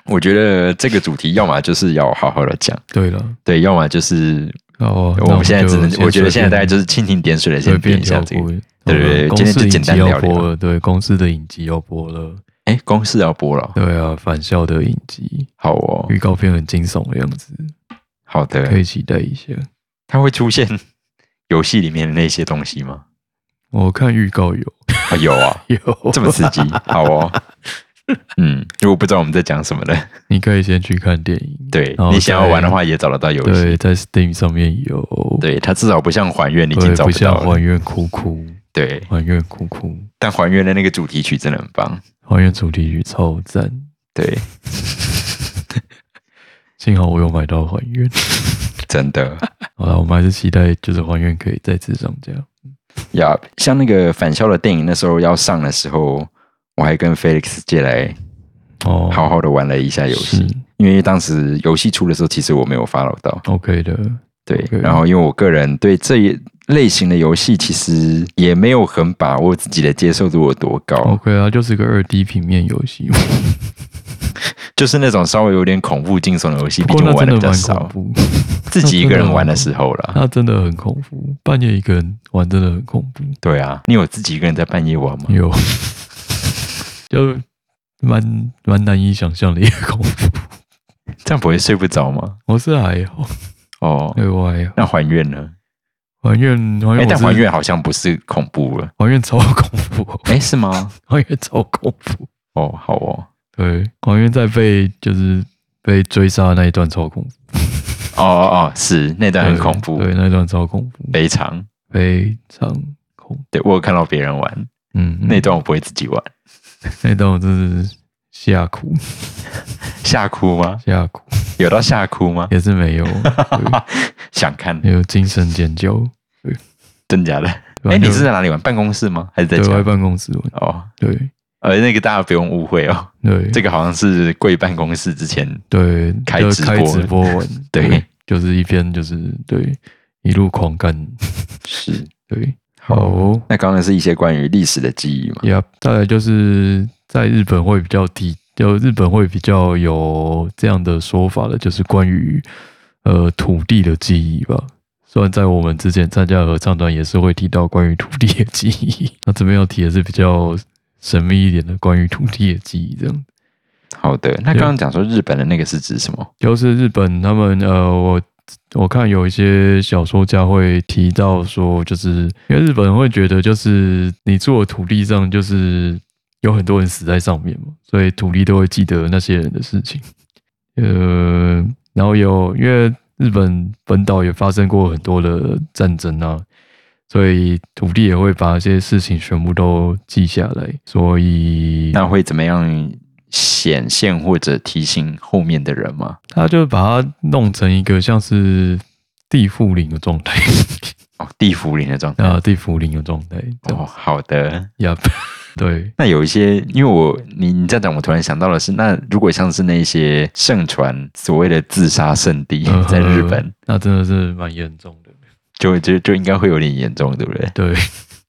B: 我觉得这个主题要么就是要好好的讲，
A: 对了，
B: 对，要么就是
A: 哦，那
B: 我们现在只
A: 就
B: 能，
A: 先
B: 我觉得
A: 随
B: 现在大概
A: 便
B: 就是蜻蜓点水的
A: 随
B: 先点
A: 便
B: 一下
A: 跳
B: 这个
A: 过。。
B: 对对对
A: 公
B: 今天
A: 司
B: 就
A: 影
B: 简
A: 集
B: 单
A: 要
B: 聊聊
A: 播了，对，公司的影集要播了，
B: 哎，公式要播了，
A: 对啊，返校的影集，
B: 好哦，
A: 预告片很惊悚的样子，
B: 好
A: 可
B: 的。
A: 以期待一下。
B: 它会出现游戏里面的那些东西吗？
A: 我看预告有，
B: 啊，有啊
A: [LAUGHS] 有
B: 这么刺激，好哦。嗯，如果不知道我们在讲什么的，
A: 你可以先去看电影。
B: 对
A: 然后
B: 你想要玩的
A: 在
B: 话，也找得到游戏。
A: 哦对，在 Steam 上面有，
B: 对，它至少不像还愿，你已
A: 对，
B: 经找
A: 不
B: 到
A: 像
B: 了。
A: 还愿哭哭，
B: 对，
A: 还愿哭哭，
B: 但还原的那个主题曲真的很棒。
A: 还愿主题曲超赞，
B: 对，
A: 幸好我有买到还愿。
B: 真的
A: [LAUGHS] 好了，我们还是期待就是还愿可以再次上架。
B: 呀像那个返校的电影，那时候要上的时候，我还跟 Felix 借来
A: 哦，
B: 好好的玩了一下游戏，
A: 是
B: 因为当时游戏出的时候，其实我没有 follow 到。
A: ，OK 的，
B: 对
A: OK
B: 然后因为我个人对这一类型的游戏其实也没有很把握
A: 哦
B: 自己的接受度有多高
A: OK 啊，就是个二 D 平面游戏，
B: 就是那种稍微有点恐怖惊悚的游戏，
A: 不过
B: 毕竟
A: 那
B: 我玩
A: 真
B: 的
A: 的
B: 比较
A: 蛮
B: 少
A: 恐，怖，嗯
B: 自己一个人玩的时候
A: [LAUGHS]
B: 啦。
A: 那真的很恐怖，半夜一个人玩真的很恐
B: [LAUGHS]
A: 怖。
B: 对啊，你有自己一个人在半夜玩吗？
A: 有， [LAUGHS] 就蛮蛮难以想象的一个恐怖。
B: 这样不会睡不着吗？
A: 我是还好，
B: 哦，
A: 对我还好。
B: 那还愿呢？
A: 还愿还
B: 哎、
A: 愿，
B: 但还愿好像不是恐怖了。
A: 还愿超恐 [LAUGHS] 怖，
B: 哎、是吗？
A: 还愿超恐怖。
B: 哦，好哦，
A: 对，还愿在被就是被追杀的那一段超恐怖，
B: 哦哦哦，是那段很
A: 对
B: 恐怖，
A: 对，那一段超恐怖，
B: 非常。
A: 非常恐怖。
B: 对我有看到别人玩
A: 嗯，嗯
B: 那段，我不会自己玩，
A: 那段我真是吓哭
B: 吓哭吗？
A: 吓哭，
B: 有到吓哭吗？
A: 也是没有
B: [LAUGHS]
A: 对
B: 想看，
A: 没有精神尖叫。
B: 真假的？
A: 哎
B: 哎、你是在哪里玩？办公室吗？还是在
A: 对外
B: 家？
A: 办公室玩？
B: 哦，
A: 对
B: 呃，那个大家不用误会哦，
A: 对，
B: 这个好像是贵办公室之前，
A: 对，
B: 开
A: 就
B: 直
A: 开
B: 播
A: 直播文，
B: [LAUGHS] 对，
A: 就是一边就是对一路狂干，
B: 是
A: 对，好哦，
B: 那刚刚是一些关于历史的记忆嘛？
A: 呀，再来就是在日本会比较低，就日本会比较有这样的说法的，就是关于呃土地的记忆吧。虽然在我们之前参加合唱团也是会提到关于土地的记忆， [LAUGHS] 那这边要提的是比较神秘一点的关于土地的记忆，这样
B: 好的，那刚刚讲说日本的那个是指什么？
A: 哦就是日本他们呃，我我看有一些小说家会提到说，就是因为日本人会觉得，就是你住的土地上，就是有很多人死在上面嘛，所以土地都会记得那些人的事情。 [LAUGHS] 呃，然后有因为日本本岛也发生过很多的战争啊，所以土地也会把这些事情全部都记下来，所以
B: 那会怎么样显现或者提醒后面的人吗？
A: 他就把它弄成一个像是地缚灵的状态
B: [LAUGHS] 哦，地府灵的状态。
A: 啊，地缚灵的状态。
B: 哦，好的。
A: 呀， [LAUGHS] 对，
B: 那有一些，因为我你你这样讲，我突然想到的是，那如果像是那些盛传所谓的自杀圣地，
A: 嗯
B: 在日本，
A: 那真的是蛮严重的。
B: 就就就应该会有点严重，对不对？
A: 对，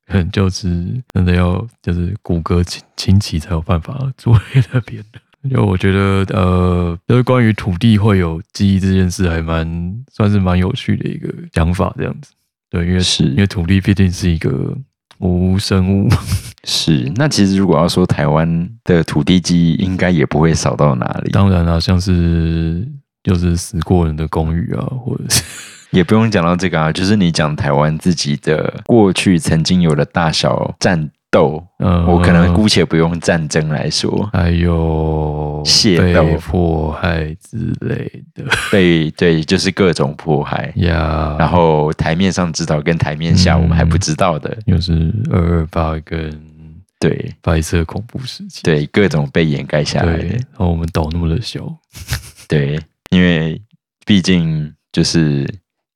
A: 很就是真的要就是骨骼清清奇才有办法作为那边的。就我觉得，呃，就是关于土地会有记忆这件事，还蛮算是蛮有趣的一个想法，这样子。对，因为因
B: 是
A: 为土地毕竟是一个无生物，
B: 是。那其实如果要说台湾的土地记忆，应该也不会少到哪里，
A: 当然啦、像是就是死过人的公寓啊，或者是
B: 也不用讲到这个啊，就是你讲台湾自己的过去曾经有的大小战斗，
A: 呃，
B: 我可能姑且不用战争来说，
A: 还有
B: 械斗
A: 被迫害之类的
B: 被对，就是各种迫
A: 嗯
B: 害，
A: 呀，
B: 然后台面上知道跟台面下
A: 嗯
B: 我们还不知道的，
A: 又是二二八跟
B: 对
A: 白色恐怖事件，
B: 对，各种被掩盖下来
A: 对，
B: 的，
A: 然后我们岛那么的小，
B: 对，因为毕竟就是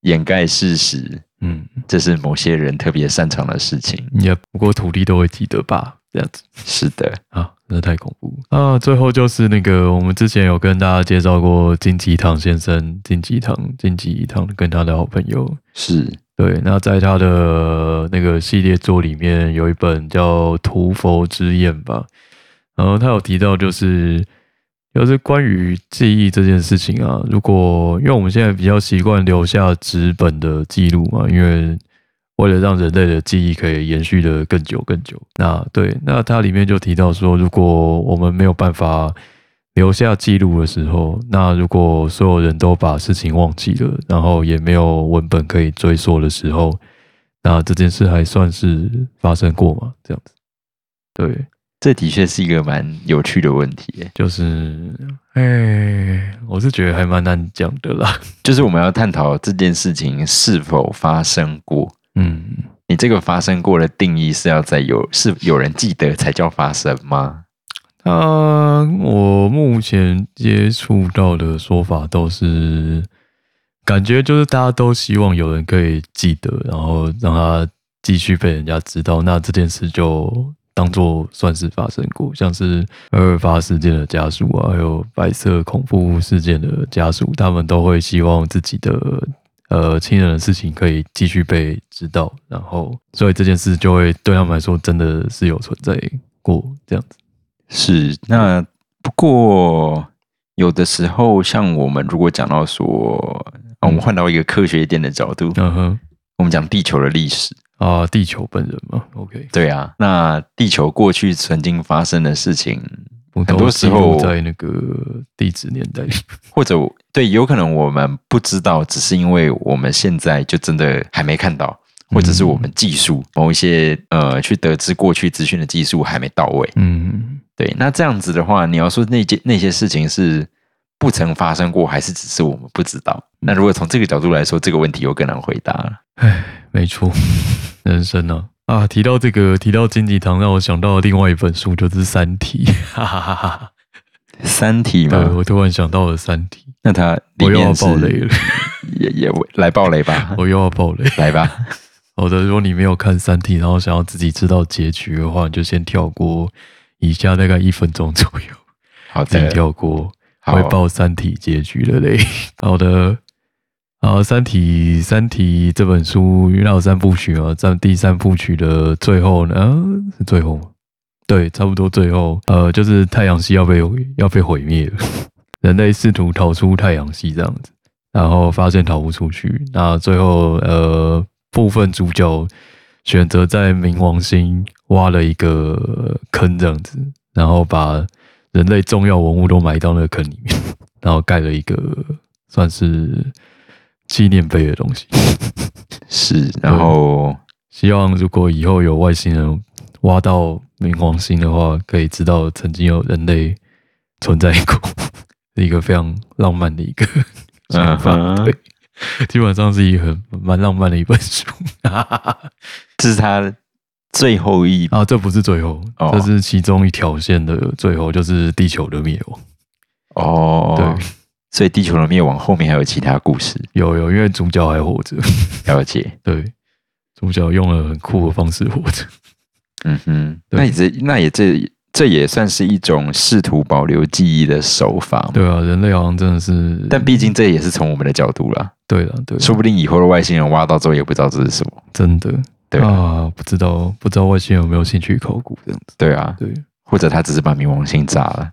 B: 掩盖事实，
A: 嗯，
B: 这是某些人特别擅长的事情。
A: 也不过土地都会记得吧，这样子。
B: 是的，
A: 啊，真的太恐怖了啊！最后就是那个，我们之前有跟大家介绍过金吉堂先生，金吉堂，金吉堂跟他的好朋友。
B: 是
A: 对，那在他的那个系列作里面有一本叫《屠佛之宴》吧，然后他有提到就是，就是关于记忆这件事情啊，如果因为我们现在比较习惯留下纸本的记录嘛，因为为了让人类的记忆可以延续的更久更久。那对，那它里面就提到说，如果我们没有办法留下记录的时候，那如果所有人都把事情忘记了，然后也没有文本可以追溯的时候，那这件事还算是发生过吗？这样子，对，
B: 这的确是一个蛮有趣的问题耶，
A: 就是，哎，我是觉得还蛮难讲的啦。
B: 就是我们要探讨这件事情是否发生过。
A: 嗯，
B: 你这个发生过的定义是要在有是有人记得才叫发生吗？
A: 啊，我目前接触到的说法都是，感觉就是大家都希望有人可以记得，然后让他继续被人家知道，那这件事就当做算是发生过，像是二二八事件的家属啊，还有白色恐怖事件的家属，他们都会希望自己的呃亲人的事情可以继续被知道，然后所以这件事就会对他们来说真的是有存在过这样子。
B: 是，那不过有的时候，像我们如果讲到说，啊，我们换到一个科学一点的角度，
A: 嗯哼，
B: 我们讲地球的历史，
A: 啊，地球本人嘛，OK，
B: 对啊，那地球过去曾经发生的事情，
A: 我
B: 很
A: 都
B: 多时
A: 记录
B: 候
A: 在那个地质年代里，
B: 或者对，有可能我们不知道，只是因为我们现在就真的还没看到，或者是我们技术某一些呃去得知过去资讯的技术还没到位。
A: 嗯，
B: 对，那这样子的话，你要说那件那些事情是不曾发生过，还是只是我们不知道？那
A: 嗯
B: 如果从这个角度来说，这个问题又更难回答了。
A: 没错， [LAUGHS] 人生啊。啊，提到这个，提到金济堂，让我想到另外一本书，就是《三体》， [LAUGHS] 哈哈哈哈。
B: 三体
A: 对，
B: 嘛，
A: 我突然想到了《三体
B: 那它》，啊里
A: 我又要
B: 面是
A: 爆雷了，[LAUGHS]
B: [LAUGHS] 也也来爆雷吧，
A: 我又要爆雷。
B: 来吧。
A: 好的，如果你没有看《三体》，然后想要自己知道结局的话，你就先跳过以下大概一分钟左右，
B: 好
A: 自己
B: 的，
A: 跳过，
B: 好
A: 会爆《三体》结局的嘞。 [LAUGHS] 好的，好，《三体》《三体》这本书遇到三部曲啊，占第三部曲的最后呢，啊、是最后吗？对，差不多最后，呃，就是太阳系要被要被毁灭了， [LAUGHS] 人类试图逃出太阳系这样子，然后发现逃不出去，那最后呃，部分主角选择在冥王星挖了一个坑这样子，然后把人类重要文物都埋到那个坑里面， [LAUGHS] 然后盖了一个算是纪念碑的东西。
B: 是，然后
A: 希望如果以后有外星人挖到冥王星的话，可以知道曾经有人类存在过， [LAUGHS] 是一个非常浪漫的一个 [LAUGHS] 想法。
B: 嗯哼
A: 对，基本上是一个很蛮浪漫的一本
B: [LAUGHS]
A: 书。
B: 这是他最后一
A: 啊，这不是最后，
B: 哦
A: 这是其中一条线的最后，就是地球的灭亡。
B: 哦，
A: 对，
B: 所以地球的灭亡后面还有其他故事，
A: 有有，因为主角还活
B: [LAUGHS]
A: 着，
B: 了解。
A: 对，主角用了很酷的方式活着。
B: 嗯哼，
A: 对
B: 那也这那也这这也算是一种试图保留记忆的手法嘛。
A: 对啊，人类好像真的是，
B: 但毕竟这也是从我们的角度啦，
A: 对了，对啊啦，
B: 说不定以后的外星人挖到之后也不知道这是什么。
A: 真的
B: 对啊，
A: 啊，不知道不知道外星人有没有兴趣考古这样子？
B: 对啊，
A: 对
B: 或者他只是把冥王星炸了。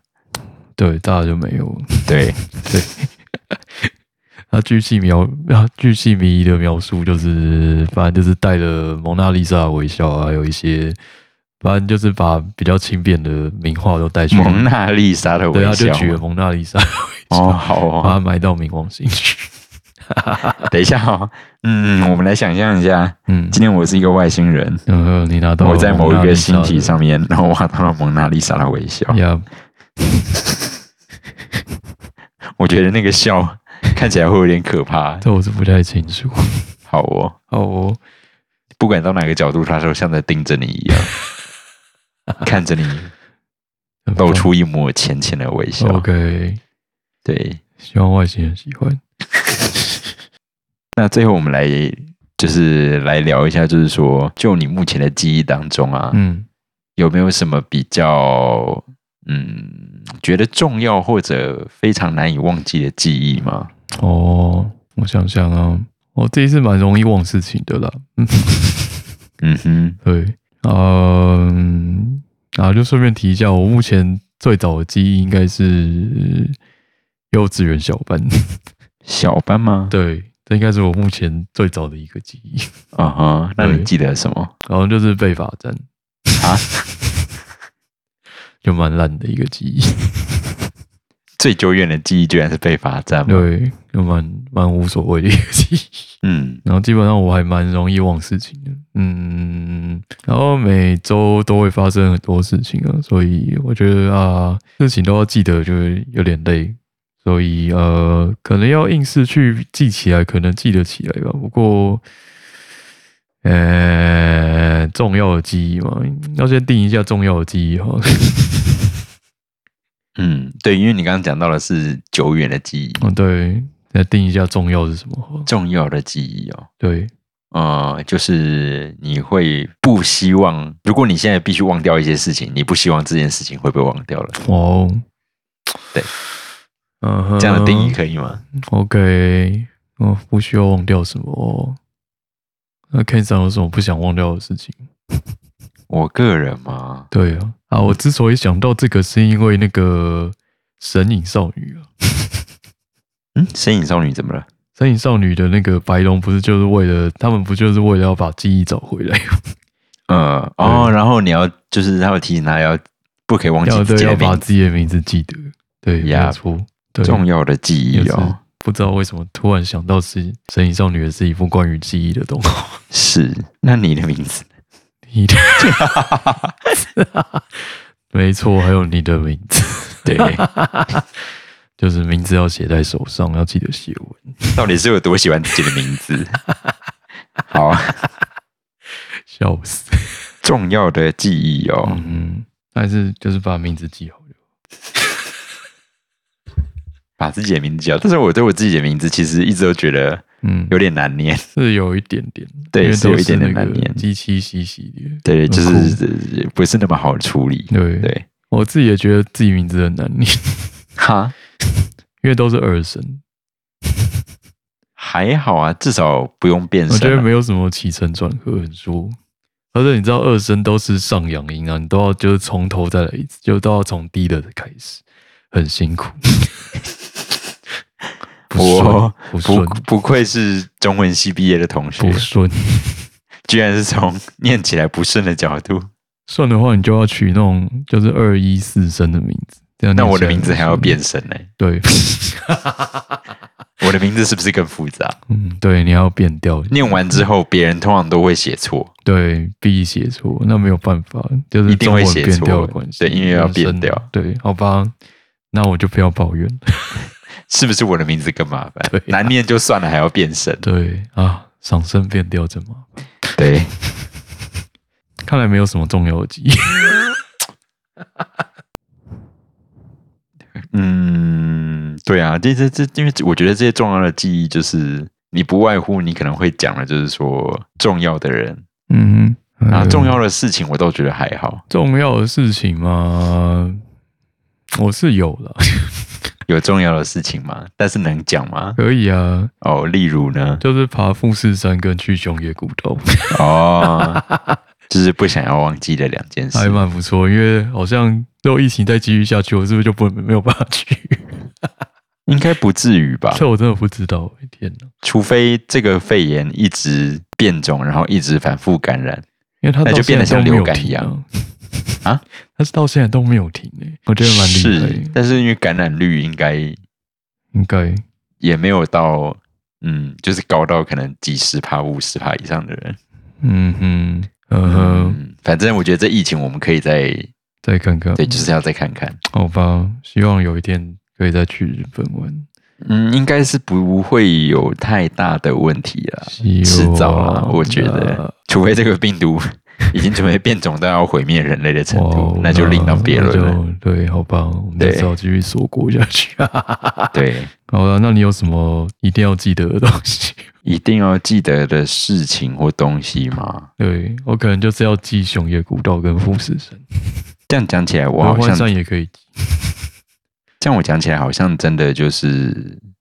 A: 对，大家就没有了。 [LAUGHS]
B: 对，
A: 他巨细描啊，巨细靡遗的描述就是，反正就是带了蒙娜丽莎的微笑啊，还有一些，反正就是把比较轻便的名画都带去。
B: 蒙娜丽莎的微
A: 嗯对，他啊就
B: 笑
A: 举了啊
B: 嘛。
A: 蒙娜丽莎，
B: 哦，好
A: 把
B: 哦，
A: 它埋到冥王星去。
B: 等一下哦，嗯，我们来想象一下，
A: 嗯，
B: 今天我是一个外星人，
A: 然后你拿到
B: 我在某一个星
A: 星
B: 体上面，然后挖到了蒙娜丽莎的微笑。
A: 呀，
B: 我觉得那个笑看起来会有点可怕。
A: 这我是不太清楚。
B: 好哦，
A: 好哦，
B: 不管到哪个角度，他都像在盯着你一样，
A: [LAUGHS]
B: 看着你
A: 很
B: 露
A: 棒
B: 出一抹浅浅的微笑。
A: OK，
B: 对，
A: 希望外星人喜欢。
B: 那最后我们来就是来聊一下，就是说，就你目前的记忆当中啊，
A: 嗯，
B: 有没有什么比较嗯觉得重要或者非常难以忘记的记忆吗？
A: 哦，我想想啊，我自己是蛮容易忘事情的啦。嗯，
B: 嗯哼，
A: 对，嗯，啊，就顺便提一下，我目前最早的记忆应该是幼稚园小班。 [LAUGHS]
B: 小班吗？
A: 对，这应该是我目前最早的一个记忆，
B: 啊哈、那你
A: 对
B: 记得什么？
A: 好像就是被罚站
B: 啊，
A: [LAUGHS] 就蛮烂的一个记忆。
B: 最久远的记忆居然是被罚站吗？
A: 对，就蛮蛮无所谓的一个记忆。
B: 嗯，
A: 然后基本上我还蛮容易忘事情的，嗯，然后每周都会发生很多事情啊，所以我觉得啊，事情都要记得，就会有点累，所以呃，可能要硬是去记起来，可能记得起来吧。不过，呃，重要的记忆嘛，要先定一下重要的记忆哈。 [LAUGHS]
B: 嗯，对，因为你刚刚讲到的是久远的记忆，
A: 嗯，对，再定一下重要是什么哈？
B: 重要的记忆哦。
A: 对，
B: 呃，就是你会不希望，如果你现在必须忘掉一些事情，你不希望这件事情会被忘掉了。
A: 哦，
B: 对，
A: 嗯哼，
B: 这样的定义可以吗？
A: OK，哦，不需要忘掉什么哦。那 Ken 上有什么不想忘掉的事情？
B: 我个人嘛，
A: 对啊，啊，我之所以想到这个，是因为那个神隐少女》啊，
B: 嗯，身影少女怎么了？
A: 《神隐少女》的那个白龙不是就是为了他们不就是为了要把记忆找回来，
B: 呃，哦，然后你要就是他会提醒他要不可以忘记
A: [LAUGHS] 要
B: 自
A: 对
B: 己
A: 要
B: 的
A: 把
B: 名字，
A: 自己的名字记得，对，没
B: Yeah
A: 有错，对，
B: 重要的记忆哦。
A: 不知道为什么突然想到是《神隐少女》也是一部关于记忆的动画，
B: 是，那你的名字
A: 你的， [LAUGHS] 没错，还有你的名字，
B: 对，
A: [LAUGHS] 就是名字要写在手上，要记得写完。
B: 到底是有多喜欢自己的名字？ [LAUGHS] 好，
A: 笑死。
B: 重要的记忆哦。
A: 嗯，但是就是把名字记好就好。
B: 把自己的名字叫，但是我对我自己的名字其实一直都觉得
A: 嗯，
B: 有点难念。
A: 是有一点点，
B: 对
A: 因为
B: 是有
A: 都
B: 一点点
A: 那
B: 难
A: 个
B: 念
A: 机器系系列，
B: 对，就
A: 很
B: 是不是那么好处理。
A: 对，
B: 对，
A: 我自己也觉得自己名字很难念，
B: 哈，
A: 因为都是二声，
B: 还好啊，至少不用变
A: 我觉
B: 声
A: 得
B: 啊。
A: 没有什么起承转合很舒服。而且你知道二声都是上扬音啊，你都要就是从头再来一次，就都要从低的开始，很辛苦。 [LAUGHS] 不顺
B: 我，
A: 不
B: 不
A: 顺，
B: 不愧是中文系毕业的同学
A: 不，顺。
B: 居然是从念起来不顺的角度。
A: 算的话，你就要取那种就是二一四声的名字，这样
B: 那我
A: 念起
B: 的
A: 来
B: 名字还要
A: 很
B: 变声呢、
A: 对， [LAUGHS]
B: 我的名字是不是更复
A: [LAUGHS]
B: 杂？
A: 嗯，对，你要变调，
B: 念完之后，别人通常都会写错，
A: 对必写错，那没有办法，就是
B: 一定会
A: 中文
B: 写
A: 变
B: 错
A: 调的关系，
B: 对因为要
A: 人生
B: 变调，
A: 对，好吧，那我就不要抱怨，
B: 是不是我的名字更麻烦？
A: 对啊
B: 难念就算了，还要变声。
A: 对啊，嗓声变调怎么？
B: 对，
A: 看来没有什么重要的记忆，
B: 嗯，对啊，这这这，因为我觉得这些重要的记忆，就是你不外乎你可能会讲的，就是说重要的人
A: 嗯，
B: 啊，
A: 嗯
B: 重要的事情，我倒觉得还好，
A: 重要的事情嘛，我是有
B: [LAUGHS]
A: 了，
B: 有重要的事情吗？但是能讲吗？
A: 可以啊，
B: 哦，例如呢？
A: 就是爬富士山跟去熊野古
B: [LAUGHS]
A: 道。
B: 哦，
A: [LAUGHS]
B: 就是不想要忘记的两件事
A: 还。蛮不错，因为好像如果疫情再继续下去，我是不是就不没有办法
B: [LAUGHS]
A: 去？
B: 应该不至于吧？
A: 这我真的不知道，天哪！
B: 除非这个肺炎一直变种，然后一直反复感染。
A: 因为他
B: 那
A: 到
B: 就变
A: 现
B: 得
A: 在
B: 像
A: 都没有
B: 流感一
A: 停 [LAUGHS]
B: 样
A: 啊
B: 啊，
A: 他是到现在都没有停诶、我觉得蛮厉害
B: 是
A: 的，，
B: 但是因为感染率应该
A: 应该
B: 也没有到，嗯，就是高到可能几十趴、五十趴以上的人。
A: 嗯哼，呃，
B: 嗯，反正我觉得这疫情我们可以再
A: 再看看，
B: 对，就是要再看看。
A: 好吧，哦希望有一天可以再去日本玩，
B: 嗯，应该是不会有太大的问题啦，
A: 希望
B: 迟早啦，我觉得，除非这个病毒 [LAUGHS] 已经准备变种到要毁灭人类的程
A: 哇
B: 度
A: 哦，，
B: 那就另当别论
A: 那
B: 了。
A: 就对，好吧，我们就
B: 对
A: 只好继续锁国下去。啊
B: [LAUGHS] 对，
A: 好了，那你有什么一定要记得的东西？ [LAUGHS]
B: 一定要记得的事情或东西吗？
A: 对我可能就是要记熊野古道跟富士山，
B: 这样讲起来，我
A: 合
B: 好
A: 欢
B: 像
A: 山也可以记。
B: 这样我讲起来好像真的就是，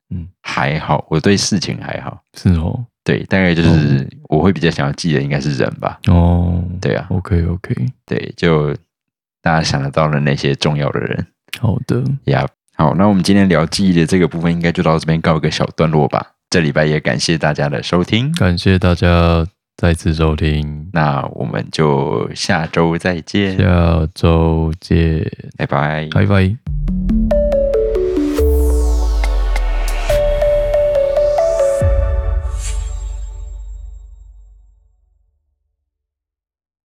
A: 嗯
B: 嗯，还好，我对事情还好。
A: 是哦，
B: 对，大概就是我会比较想要记得应该是人吧。
A: 哦，
B: 对啊，
A: ，OK OK，
B: 对，就大家想得到的那些重要的人
A: 好的，
B: 呀。好，那我们今天聊记忆的这个部分，应该就到这边告一个小段落吧。这礼拜也感谢大家的收听，
A: 感谢大家再次收听，
B: 那我们就下周再见，
A: 下周见，
B: 拜拜。
A: 拜拜。